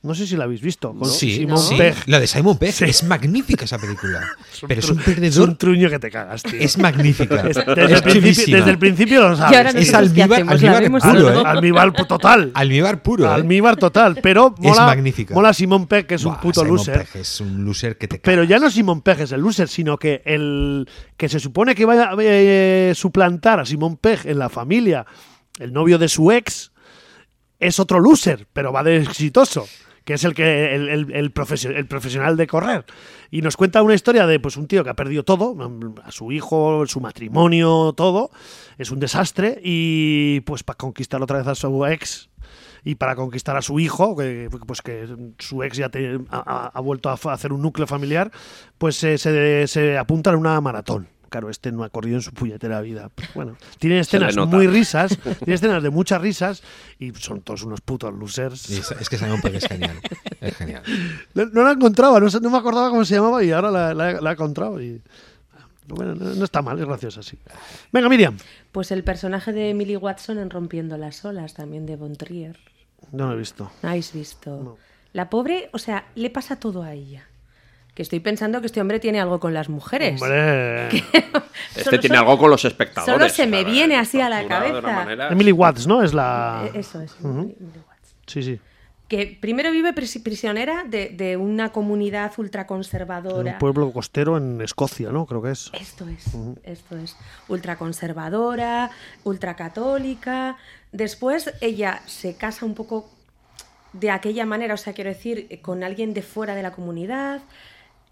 A: No sé si la habéis visto. con
B: Sí,
A: Simon
B: sí.
A: Pegg.
B: La de Simon Pegg es magnífica esa película. pero es
A: [LAUGHS]
B: un
A: Es un
B: perdedor.
A: truño que te cagas, tío.
B: Es magnífica.
A: Es-
B: Es
A: desde, el principio,
B: chulísima.
A: desde el principio lo sabes.
D: Y ahora
B: no Es
D: nosotros, ¿qué
B: almíbar-
D: hacemos?
B: almíbar
D: ¿La vemos
B: puro,
D: o no?
B: ¿eh?
A: Almíbar pu- total.
B: Almíbar puro. ¿eh?
A: Almíbar total. Pero mola,
B: magnífica.
A: mola Simón Pegg, que es un
B: Buah,
A: puto
B: Simon
A: loser.
B: Pegg es un loser que te
A: Pero ya
B: cagas.
A: no Simón Pegg es el loser, sino que el que se supone que va a eh, suplantar a Simón Pegg en la familia, el novio de su ex, es otro loser, pero va de exitoso, que es el que el, el- el profesio- el profesional de correr. Y nos cuenta una historia de pues un tío que ha perdido todo, a su hijo, su matrimonio, todo, es un desastre y pues para conquistar otra vez a su ex y para conquistar a su hijo, que, pues que su ex ya te- ha, ha- ha vuelto a fa- hacer un núcleo familiar, pues eh, se, se apuntan a una maratón. Claro, este no ha corrido en su puñetera vida. Pero bueno, tiene
C: Se le
A: escenas
C: nota.
A: muy risas, tiene escenas de muchas risas y son todos unos putos losers.
B: Y Es, es que Simon Pegg es genial. Es genial.
A: No, no la encontraba, no, sé- no me acordaba cómo se llamaba y ahora la, la- la he encontrado. Y... ah, Bueno, no, no está mal, es graciosa, sí. Venga, Miriam.
D: Pues el personaje de Emily Watson en Rompiendo las Olas, también de Von Trier.
A: No lo he visto.
D: ¿No habéis visto? La pobre, o sea, le pasa todo a ella. Que estoy pensando que este hombre tiene algo con las mujeres.
A: Hombre.
C: Este
D: Solo-
C: tiene
D: solo-
C: algo con los espectadores.
D: solo se me
C: Claro,
D: viene así a la
C: tortura de una
D: cabeza.
C: manera-
A: Emily Watts, ¿no? Es la.
D: Eh, Eso es. Emily Watson.
A: Sí, sí.
D: Que primero vive prisi- prisionera de, de una comunidad
A: En un
D: ultraconservadora.
A: pueblo costero en Escocia, ¿no? Creo que es.
D: Esto es, esto es. Ultraconservadora, ultracatólica. Después ella se casa un poco de aquella manera, o sea, quiero decir, eh, con alguien de fuera de la comunidad.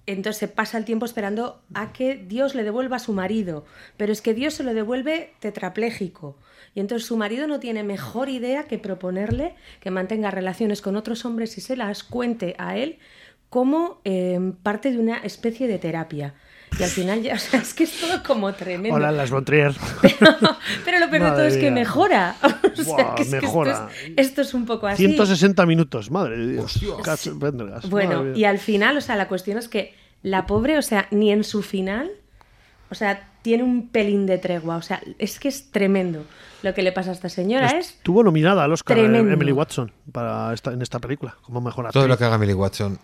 D: Entonces se pasa el tiempo esperando a que Dios le devuelva a su marido. Pero es que Dios se lo devuelve tetrapléjico. Y entonces su marido no tiene mejor idea que proponerle que mantenga relaciones con otros hombres y se las cuente a él como eh, parte de una especie de terapia. Y al final ya, [LAUGHS] o sea, es que es todo como tremendo. [LAUGHS]
A: Hola, las Bontrier.
D: Pero lo peor de todo
A: Madre
D: es que
A: mía.
D: mejora. [LAUGHS] O sea,
A: Buah,
D: que es que esto
A: mejora.
D: es- esto, es, un poco así.
A: 160 minutos, madre de Dios. Cacho-
C: Pues
A: Pendergast, madre
D: Bueno, y
A: mía.
D: al final, o sea, la cuestión es que la pobre, o sea, ni en su final, o sea, tiene un pelín de tregua. O sea, es que es tremendo. Lo que le pasa a esta señora es.
A: Estuvo nominada al Oscar eh,
D: Tremendo.
A: Emily Watson para esta, en esta película, como mejor
B: Todo
A: actriz.
B: lo que haga Emily Watson.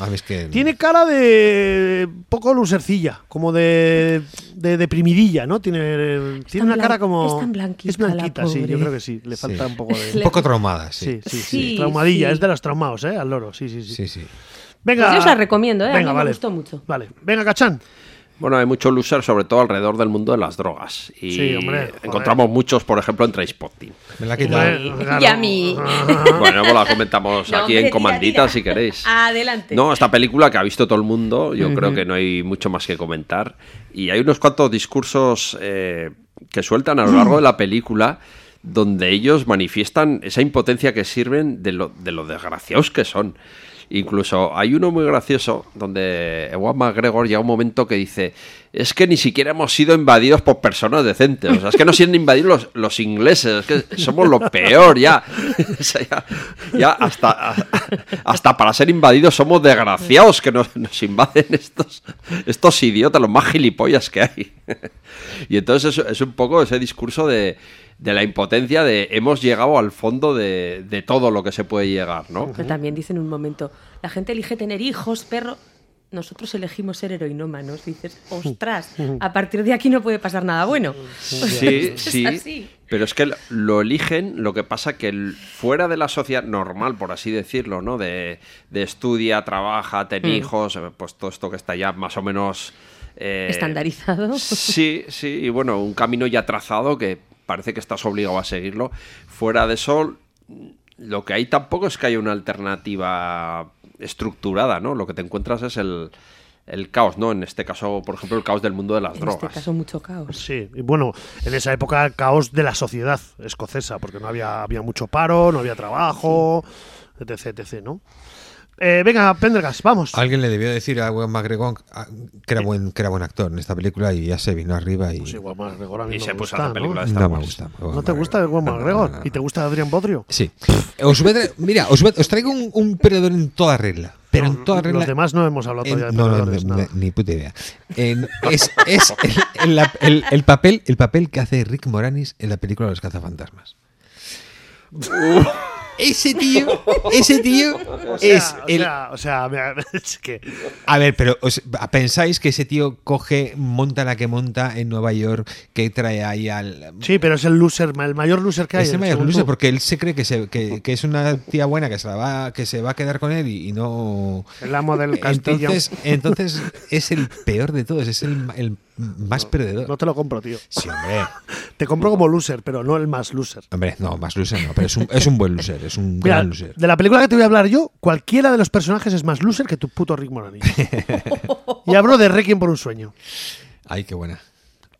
B: A mí es que.
A: Tiene cara de poco lucercilla, como de, de deprimidilla, ¿no? Tiene, eh, tiene una
D: tan
A: cara
D: blan-
A: como...
D: es tan blanquita
A: Es blanquita,
D: la
A: sí, yo
D: pobre.
A: creo que sí. Le falta
B: Sí.
A: un poco
B: Un
A: de...
B: poco traumada,
A: Sí,
B: sí.
A: sí, sí.
D: Sí,
A: Traumadilla,
D: sí.
A: es de los traumados, ¿eh? Al loro, sí, sí, sí.
B: Sí, sí.
A: Venga,
D: Pues yo os la recomiendo, ¿eh? A
A: Venga,
D: mí me
A: vale.
D: gustó mucho.
A: Vale, venga, Cachán.
C: Bueno, hay muchos losers, sobre todo alrededor del mundo de las drogas. Y
A: Sí, hombre, joder.
C: encontramos muchos, por ejemplo, en Trainspotting.
B: Me la ha quitado.
A: Bueno, claro. Ah,
D: Y a mí.
C: Bueno, pues la comentamos
D: No,
C: aquí
D: hombre, Ah,
C: en
D: tira,
C: comandita,
D: tira.
C: si queréis.
D: Adelante.
C: No, esta película que ha visto todo el mundo, yo creo que no hay mucho más que comentar. Y hay unos cuantos discursos eh, que sueltan a lo largo de la película donde ellos manifiestan esa impotencia que sirven de lo, de lo desgraciados que son. Incluso hay uno muy gracioso donde Ewan McGregor llega un momento que dice es que ni siquiera hemos sido invadidos por personas decentes, o sea, es que nos quieren invadir los, los ingleses, es que somos lo peor ya. [LAUGHS] O sea, ya, ya hasta, hasta para ser invadidos somos desgraciados que nos, nos invaden estos, estos idiotas, los más gilipollas que hay. [LAUGHS] Y entonces es, es un poco ese discurso de, de la impotencia de hemos llegado al fondo de, de todo lo que se puede llegar, ¿no?
D: Pero también dice en un momento: la gente elige tener hijos, perro. Nosotros elegimos ser heroinómanos. Dices, ostras, a partir de aquí no puede pasar nada bueno. [LAUGHS] O sea,
C: Sí,
D: es
C: sí.
D: así.
C: Pero es que lo- lo eligen, lo que pasa que el- fuera de la sociedad normal, por así decirlo, ¿no? De, de estudia, trabaja, ten
D: Mm.
C: hijos, eh, pues todo esto que está ya más o menos... eh,
D: Estandarizado. este
C: Sí, sí, y bueno, un camino ya trazado que parece que estás obligado a seguirlo. Fuera de eso, lo que hay tampoco es que haya una alternativa estructurada, ¿no? Lo que te encuentras es el, el caos, ¿no? En este caso, por ejemplo, el caos del mundo de las
D: En
C: drogas.
D: este caso, mucho caos.
A: Sí, y bueno, en esa época caos de la sociedad escocesa, porque no había, había mucho paro, no había trabajo, etc, etc, ¿no? Eh, venga, Pendergast, vamos.
B: Alguien le debió decir a Ewan McGregor ah, que era, buen, que era buen actor en esta película y ya se vino arriba y
A: Pues igual McGregor a mí
C: Y
A: no
C: se
A: me gusta,
C: puso a hacer películas
A: ¿no?
C: de
B: no
C: Star
B: me
C: Wars.
B: gusta.
A: ¿No te gusta el buen
B: No, no,
A: McGregor?
B: no, no.
A: ¿Y te gusta Adrián Bodrio?
B: Sí. Os voy a tra- mira, os, voy a- os traigo un, un perdedor en toda regla. Pero en toda regla.
A: Los demás no hemos hablado
B: en-
A: todavía de
B: no, no,
A: perdedores,
B: no,
A: nada.
B: ni puta idea.
A: [LAUGHS]
B: En- es es el, el- la- el- el papel, el papel que hace Rick Moranis en la película Los cazafantasmas. Ese tío, ese tío es
A: Uh. o
B: el,
A: sea, o sea, [LAUGHS] me- es que
B: a ver, pero os- pensáis que ese tío coge, monta la que monta en Nueva York, que trae ahí al.
A: sí, pero es el loser, el mayor loser que hay.
B: Es el
A: el
B: mayor
A: según
B: loser
A: tú.
B: porque él se cree que, se- que- que es una tía buena que se, la va, que se va a quedar con él y, y no.
A: el amo del castillo.
B: Entonces, entonces es el peor de todos, es el, ma- el más perdedor.
A: no te lo compro, tío.
B: Sí, hombre.
A: Te compro como loser, pero no el más loser.
B: Hombre, no, más loser no, pero es un, es un buen loser, es un
A: Mira,
B: gran loser.
A: de la película que te voy a hablar yo, cualquiera de los personajes es más loser que tu puto Rick
B: [LAUGHS]
A: Moranis. y hablo de Requiem por un sueño.
B: Ay, qué buena.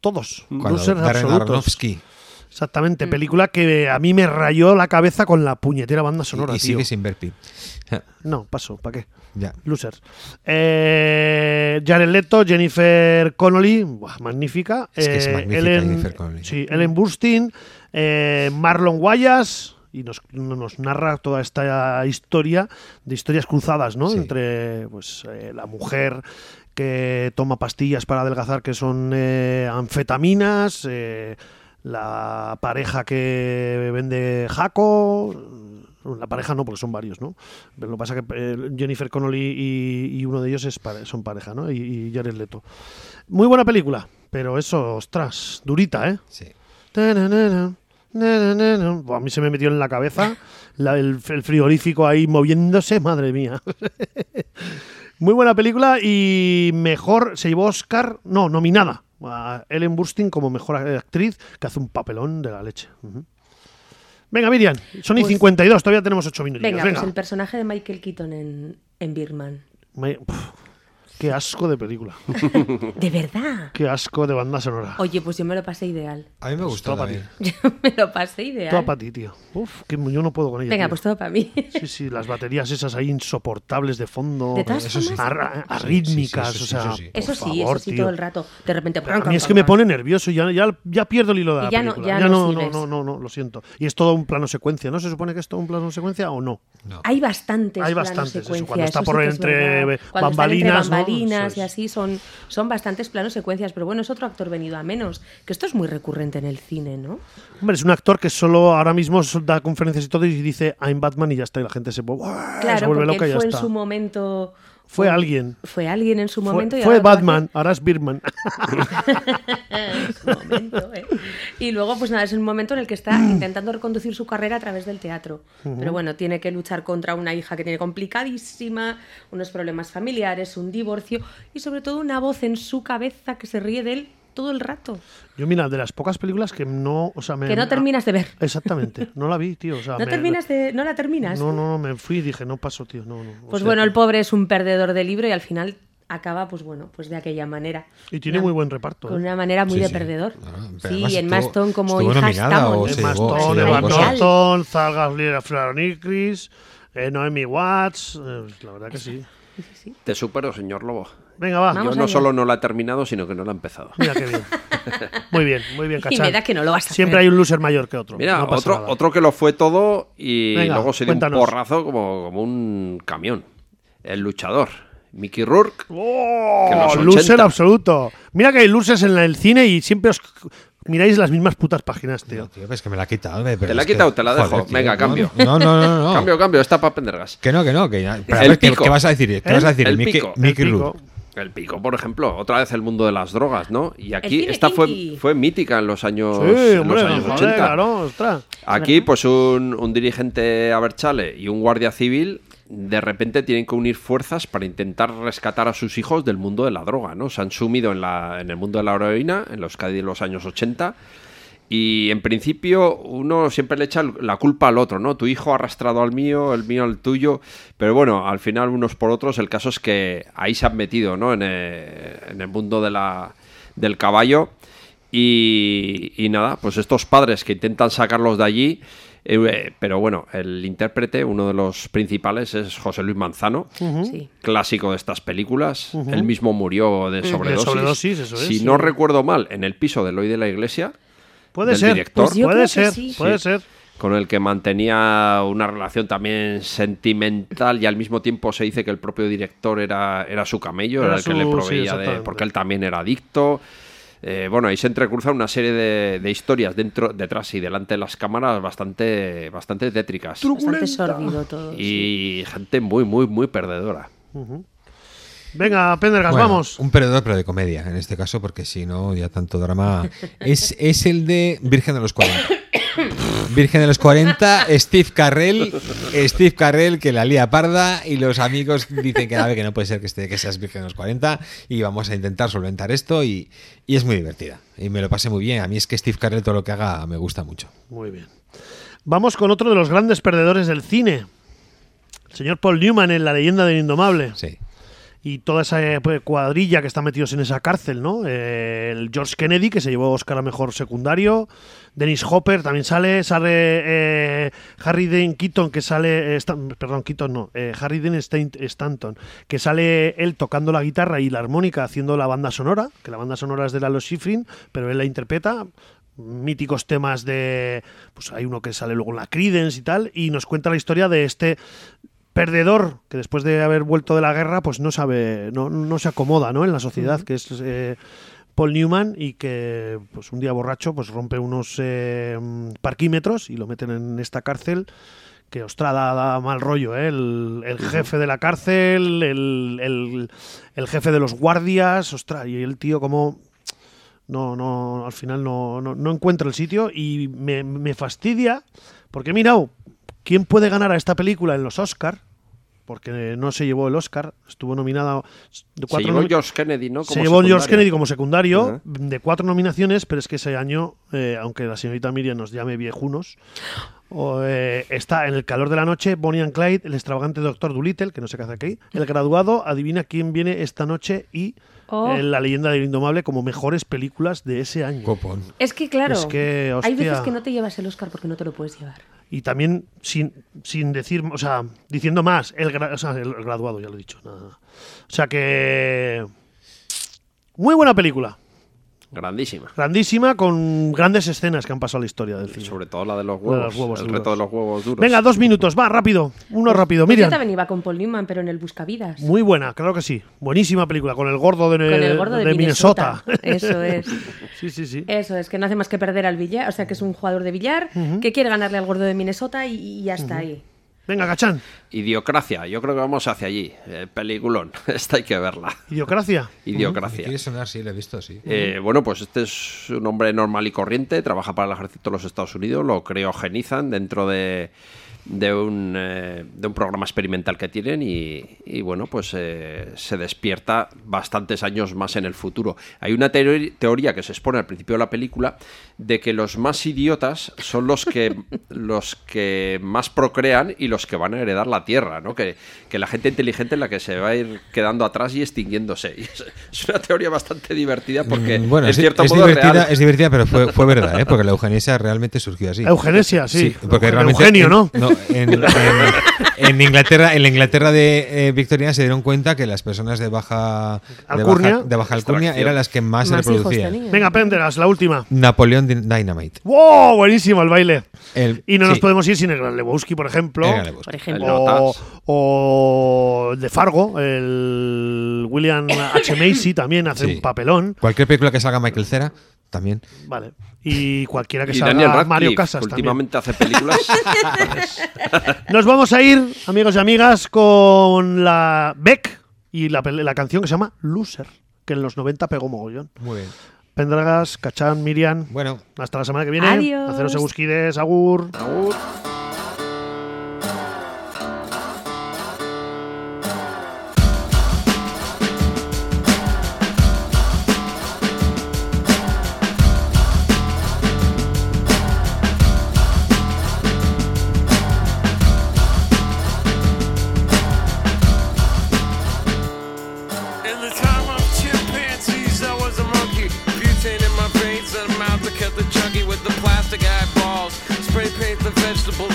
A: Todos.
B: Cuando
A: losers
B: Darren
A: absolutos.
B: Aronofsky Mm.
A: Exactamente. Película que a mí me rayó la cabeza con la puñetera banda sonora,
B: y, y
A: tío.
B: sigue sin ver pi. [LAUGHS] Ja,
A: No, paso, ¿para qué?
B: Ya.
A: Losers. Eh, Jared Leto, Jennifer Connolly, buah, magnífica.
B: Es que es
A: Eh,
B: magnífica
A: Ellen,
B: Jennifer Connolly.
A: Sí, Ellen Burstyn, eh, Marlon Guayas, y nos, nos narra toda esta historia de historias cruzadas, ¿no?
B: Sí.
A: Entre pues, eh, la mujer que toma pastillas para adelgazar que son eh, anfetaminas, eh, la pareja que vende jaco, bueno, La pareja no, porque son varios, ¿no? Pero lo que pasa es que eh, Jennifer Connolly y, y uno de ellos es pare- son pareja, ¿no? Y, y Jared Leto. Muy buena película, pero eso, ostras, durita, ¿eh?
B: Sí.
A: Tananana, nananana. Buah, a mí se me metió en la cabeza la- el, el frigorífico ahí moviéndose, madre mía. [LAUGHS] Muy buena película y mejor, se llevó Oscar, no, nominada a Ellen Burstyn como mejor actriz, que hace un papelón de la leche. Ujú. Venga, Miriam, son y
D: Pues-
A: 52, todavía tenemos 8 minutos.
D: Venga,
A: Venga,
D: pues el personaje de Michael Keaton en, en Birman.
A: Me- Puf, qué asco de película,
D: ¿De verdad?
A: qué asco de banda sonora.
D: Oye, pues yo me lo pasé ideal. [LAUGHS]
B: A mí me gustó.
A: todo para
B: también.
D: Yo me lo pasé ideal.
A: Todo para ti, tío. Uf, que yo no puedo con ella.
D: eh. Venga,
A: tío.
D: pues todo para mí.
A: Sí, sí, las baterías esas ahí insoportables de fondo.
D: De todas Eso sí. formas-
A: Arra- Arrítmicas,
B: Sí, sí, sí,
A: o
B: sí,
A: sea.
B: eso sí.
A: por
D: Eso sí,
A: favor,
D: eso sí,
A: tío.
D: todo el rato. De repente.
A: A mí es que me pone nervioso, ya, ya, ya pierdo el hilo de
D: Y
A: la
D: ya no-
A: película.
D: ya
A: ya
D: no
A: no, no,
D: sigues.
A: no, no, no, lo siento. Y es todo un plano secuencia, ¿no? ¿Se supone que es todo un plano secuencia o no?
B: No.
D: Hay bastantes.
A: Hay
D: planos
A: bastantes, eso,
D: secuencia,
A: cuando está
D: sí
A: por
D: que es
A: entre
D: verdad.
A: be-
D: Cuando están entre
A: bambalinas, ¿no?
D: bambalinas
A: Eso
D: y
A: es.
D: así son, son bastantes planos secuencias. Pero bueno, es otro actor venido a menos. Que esto es muy recurrente en el cine, ¿no?
A: Hombre, es un actor que solo ahora mismo da conferencias y todo y dice I'm Batman y ya está. Y la gente se, ¡buah! Ah, se
D: Claro,
A: vuelve
D: porque
A: loca y
D: él
A: ya
D: fue en
A: está.
D: su momento.
A: Fue alguien.
D: Fue alguien en su
A: Fue-
D: momento. y
A: fue
D: ahora lo hace-
A: Batman, ahora es Birdman. [LAUGHS]
D: en su momento, ¿eh? Y luego, pues nada, es un momento en el que está
A: Mm.
D: intentando reconducir su carrera a través del teatro. Pero bueno, tiene que luchar contra una hija que tiene complicadísima, unos problemas familiares, un divorcio y sobre todo una voz en su cabeza que se ríe de él todo el rato.
A: Yo, mira, de las pocas películas que no. O sea, me-
D: Que no terminas de ver.
A: Exactamente, no la vi, tío. O sea,
D: No
A: me-
D: terminas de. No la terminas.
A: No, no, no, me fui y dije, no paso, tío, no, no. O
D: Pues
A: sea,
D: bueno, el pobre es un perdedor de libro y al final acaba, pues bueno, pues de aquella manera.
A: Y tiene muy buen reparto.
D: Con
A: ¿eh?
D: una manera muy
B: Sí,
D: de
B: sí.
D: perdedor.
B: No, no, pero
D: sí,
B: además
D: en
B: estuvo-
D: Mastón como
B: estuvo
D: hija
B: nominada
D: estamos.
C: Pues
B: o se
A: El
B: llevó-
A: Mastón,
B: se
A: el
B: llevó
A: Van
B: cosas.
A: Norton, Zalga Floronicris, eh, Noemi Watts. eh, la verdad que sí.
C: Te supero, señor Lobo.
A: Venga, va.
D: Vamos
C: Yo no
D: allá.
C: solo no la he terminado, sino que no la he empezado.
A: Mira qué bien.
D: [LAUGHS]
A: Muy bien, muy bien,
D: Y
A: cachar.
D: me da que no lo vas a
A: Siempre
D: hacer.
A: hay un loser mayor que otro.
C: [LAUGHS] Mira,
A: no pasa
C: otro,
A: nada.
C: otro que lo fue todo y
A: Venga,
C: luego se dio
A: cuéntanos.
C: un porrazo como, como un camión. El luchador. Mickey Rourke.
A: ¡Oh!
C: que los
A: Loser
C: 80.
A: absoluto. Mira que hay losers en la- el cine y siempre os miráis las mismas putas páginas,
B: No,
A: tío.
B: tío, pero es que me la ha quitado. me- pero
C: Te la
B: es
C: ha quitado,
B: que-
C: te la
B: joder,
C: dejo.
B: tío,
C: Venga,
B: no,
C: cambio.
B: No, no, no. no.
C: Cambio, cambio, está para Pendergas.
B: Que no, que no. Que ya- pero a
C: El
B: ver, ¿qué,
C: pico. ¿Eh?
B: qué vas a decir? ¿Qué
A: El-
B: vas a decir?
C: el
B: Mickey,
C: pico.
B: Mickey
A: El pico.
B: Rourke.
C: El pico, por ejemplo, otra vez el mundo de las drogas, ¿no? Y aquí
D: cine
C: esta fue,
D: kinky.
C: fue mítica en los años,
A: Sí,
C: Pues en
A: hombre,
C: los años
A: joder,
C: 80.
A: claro, ostras.
C: Aquí, pues un, un dirigente Aberchale y un guardia civil de repente tienen que unir fuerzas para intentar rescatar a sus hijos del mundo de la droga, ¿no? Se han sumido en, la, en el mundo de la heroína en los Cádiz de los años 80 y en principio uno siempre le echa la culpa al otro, ¿no? Tu hijo ha arrastrado al mío, el mío al tuyo, pero bueno, al final unos por otros el caso es que ahí se han metido, ¿no? En eh, en el, mundo de la, del caballo y, y nada, pues estos padres que intentan sacarlos de allí Eh, eh, pero bueno, el intérprete, uno de los principales, es José Luis Manzano,
D: Sí.
C: clásico de estas películas. Él mismo murió de sobredosis.
A: sobredosis, eso es,
C: si
A: sí.
C: no recuerdo mal, en el piso de Eloy de la Iglesia,
A: Puede
C: del
A: ser,
C: director. Pues
D: yo creo
A: puede
D: que
A: ser,
D: sí.
A: puede
C: Sí.
A: ser.
C: con el que mantenía una relación también sentimental y al mismo tiempo se dice que el propio director era, era su camello,
A: Era
C: era, el que le
A: su- sí,
C: proveía de...
A: exactamente.
C: porque él también era adicto. Eh, bueno, ahí se entrecruzan una serie de, de historias dentro, detrás y delante de las cámaras bastante, bastante tétricas.
D: Bastante sordido todo. sí.
C: Y gente muy, muy, muy perdedora.
A: Venga, Pendergas,
B: Bueno,
A: vamos.
B: Un perdedor, pero de comedia, en este caso, porque si no, ya tanto drama. Es, es el de Virgen de los 40. Virgen de los 40, Steve Carrell, Steve Carrell que la lía parda y los amigos dicen que, a ver, que no puede ser que, esté, que seas Virgen de los 40 y vamos a intentar solventar esto y, y es muy divertida y me lo pasé muy bien. A mí es que Steve Carrell todo lo que haga me gusta mucho.
A: Muy bien. Vamos con otro de los grandes perdedores del cine. El señor Paul Newman en La leyenda del indomable.
B: Sí.
A: Y toda esa eh, pues, cuadrilla que está metidos en esa cárcel, ¿no? Eh, el George Kennedy, que se llevó a Oscar a Mejor Secundario. Dennis Hopper también sale. Sale eh, Harry Dean Keaton, que sale... eh, Stan- perdón, Keaton no. eh, Harry Dean Stein- Stanton, que sale él tocando la guitarra y la armónica haciendo la banda sonora, que la banda sonora es de Lalo Schifrin, pero él la interpreta míticos temas de pues hay uno que sale luego en la Credence y tal y nos cuenta la historia de este perdedor que después de haber vuelto de la guerra pues no sabe no, no se acomoda no en la sociedad que es eh, Paul Newman y que pues un día borracho pues rompe unos eh, parquímetros y lo meten en esta cárcel que ostra da, da mal rollo ¿eh? el, el jefe de la cárcel el, el- el jefe de los guardias ostra y el tío como no, no, al final no, no, no encuentro el sitio y me, me fastidia porque he mirado quién puede ganar a esta película en los Oscar, porque no se llevó el Oscar, estuvo nominada de
C: Se
A: cuatro
C: llevó
A: nomi-
C: George Kennedy, ¿no?
A: se
C: Como
A: llevó George
C: secundario.
A: Kennedy como secundario
C: Ajá.
A: de cuatro nominaciones, pero es que ese año, eh, aunque la señorita Miriam nos llame viejunos, o, eh, está en el calor de la noche Bonnie and Clyde, el extravagante doctor Doolittle, que no sé qué hace aquí, el graduado, adivina quién viene esta noche y
D: Oh.
A: eh, la leyenda del indomable como mejores películas de ese año.
B: Copón.
D: Es que claro,
A: Es que,
D: hay
A: hostia.
D: veces que no te llevas el Oscar porque no te lo puedes llevar.
A: Y también sin, sin decir, o sea, diciendo más, el, gra- o sea, el graduado, ya lo he dicho. nada. O sea que... Muy buena película.
C: Grandísima.
A: grandísima con grandes escenas que han pasado a la historia del cine.
C: Sobre todo la de los
A: La de
C: huevos.
A: los huevos
C: el
A: duros.
C: reto de los huevos duros.
A: Venga, dos minutos, va, rápido. Uno rápido,
D: Pues Yo
A: Miriam.
D: también iba con Paul Newman, pero en el Buscavidas.
A: Muy buena, claro que sí. Buenísima película, con el gordo de,
D: con el gordo de, Minnesota. [LAUGHS]
A: [LAUGHS]
D: Eso es. Eh.
A: sí, sí, sí.
D: Eso es, que no hace más que perder al billar. O sea, que es un jugador de billar que quiere ganarle al gordo de Minnesota y, y ya está ahí.
A: Venga, Cachán.
C: Idiocracia, yo creo que vamos hacia allí. Eh, peliculón, [LAUGHS] esta hay que verla.
A: Idiocracia.
B: Si
C: Idiocracia.
B: quieres sonar, sí, lo he visto, sí.
C: Eh, bueno, pues este es un hombre normal y corriente, trabaja para el ejército de los Estados Unidos, lo criogenizan dentro de, de, un, eh, de un programa experimental que tienen y, y, bueno, pues eh, se despierta bastantes años más en el futuro. Hay una teori- teoría que se expone al principio de la película de que los más idiotas son los que, [LAUGHS] los que más procrean y los que van a heredar la Tierra, ¿no? Que, que la gente inteligente es la que se va a ir quedando atrás y extinguiéndose. [LAUGHS] Y es, es una teoría bastante divertida porque
B: Mm, bueno,
C: en
B: sí,
C: cierto
B: es,
C: modo es
B: divertida,
C: real.
B: es divertida, pero fue, fue verdad, ¿eh?
C: [LAUGHS]
B: porque la eugenesia realmente surgió así.
A: Eugenesia, sí.
B: porque realmente
A: Eugenio,
B: en-
A: ¿no?
B: en, en- en Inglaterra, en la Inglaterra de eh, Victoriana se dieron cuenta que las personas de baja de
A: Alcurnia.
B: baja, de baja alcurnia
C: Extracción.
B: eran las que más,
D: Más
B: se
D: hijos
B: reproducían.
D: tenía.
A: Venga, Pendergas, la última.
B: Napoleón Din- Dynamite.
A: ¡Wow! Buenísimo el baile.
B: El-
A: y no nos
B: sí.
A: podemos ir sin el Gran Lebowski, por ejemplo.
B: Venga, le busco.
D: Por ejemplo.
A: O,
C: Notas.
A: o el de Fargo, el William H. Macy también hace
B: Sí.
A: un papelón.
B: Cualquier película que salga Michael Cera también.
A: Vale. Y cualquiera que
C: Y
A: salga
C: Daniel Radcliffe,
A: Mario Casas
C: que
A: también.
C: últimamente hace películas.
B: [LAUGHS]
A: Nos vamos a ir, amigos y amigas, con la Beck y la, pel- la canción que se llama Loser, que en los 90 pegó mogollón.
B: Muy bien.
A: Pendragas, Cachán, Miriam.
B: Bueno,
A: Hasta la semana que viene.
D: Adiós.
A: Haceros egusquides, agur.
G: In the time of chimpanzees, I was a monkey. Butane in my veins and a mouth that kept the chunky with the plastic eyeballs. Spray paint the vegetable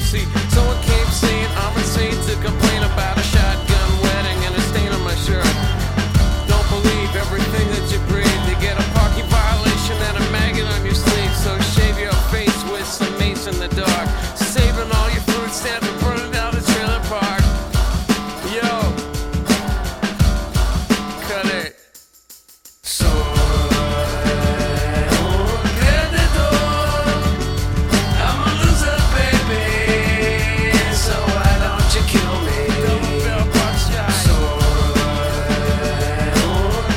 G: see. Someone came saying I'm insane to complain about a shotgun wedding and a stain on my shirt. Don't believe everything that you breathe. You get a parking violation and a maggot on your sleeve. So shave your face with some mace in the dark. Saving all your food stamps and burning down the trailer park. Yo, cut it. Soy un perdedor. I'm a loser, baby. So why don't you kill me? Soy un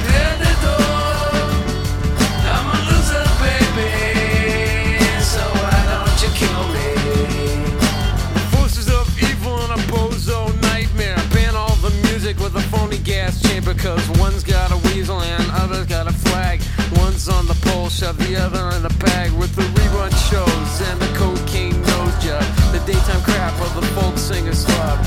G: perdedor. I'm a loser, baby. So why don't you kill me? Forces of evil in a bozo nightmare. Ban all the music with a phony gas chamber. Cause one's got a weasel and other's got a flag. One's on the pole, shove the other in the bag. With the rerun shows and the cocaine nose job. The daytime crap of the folk singer's club.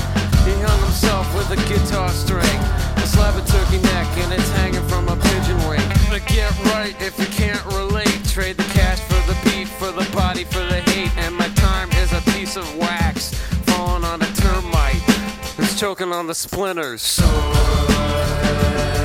G: He hung himself with a guitar string. A slab of turkey neck and it's hanging from a pigeon wing. To get right if you can't relate. Trade the cash for the beat, for the body, for the hate. And my time is a piece of wax uh, falling on a termite. It's choking on the splinters. So um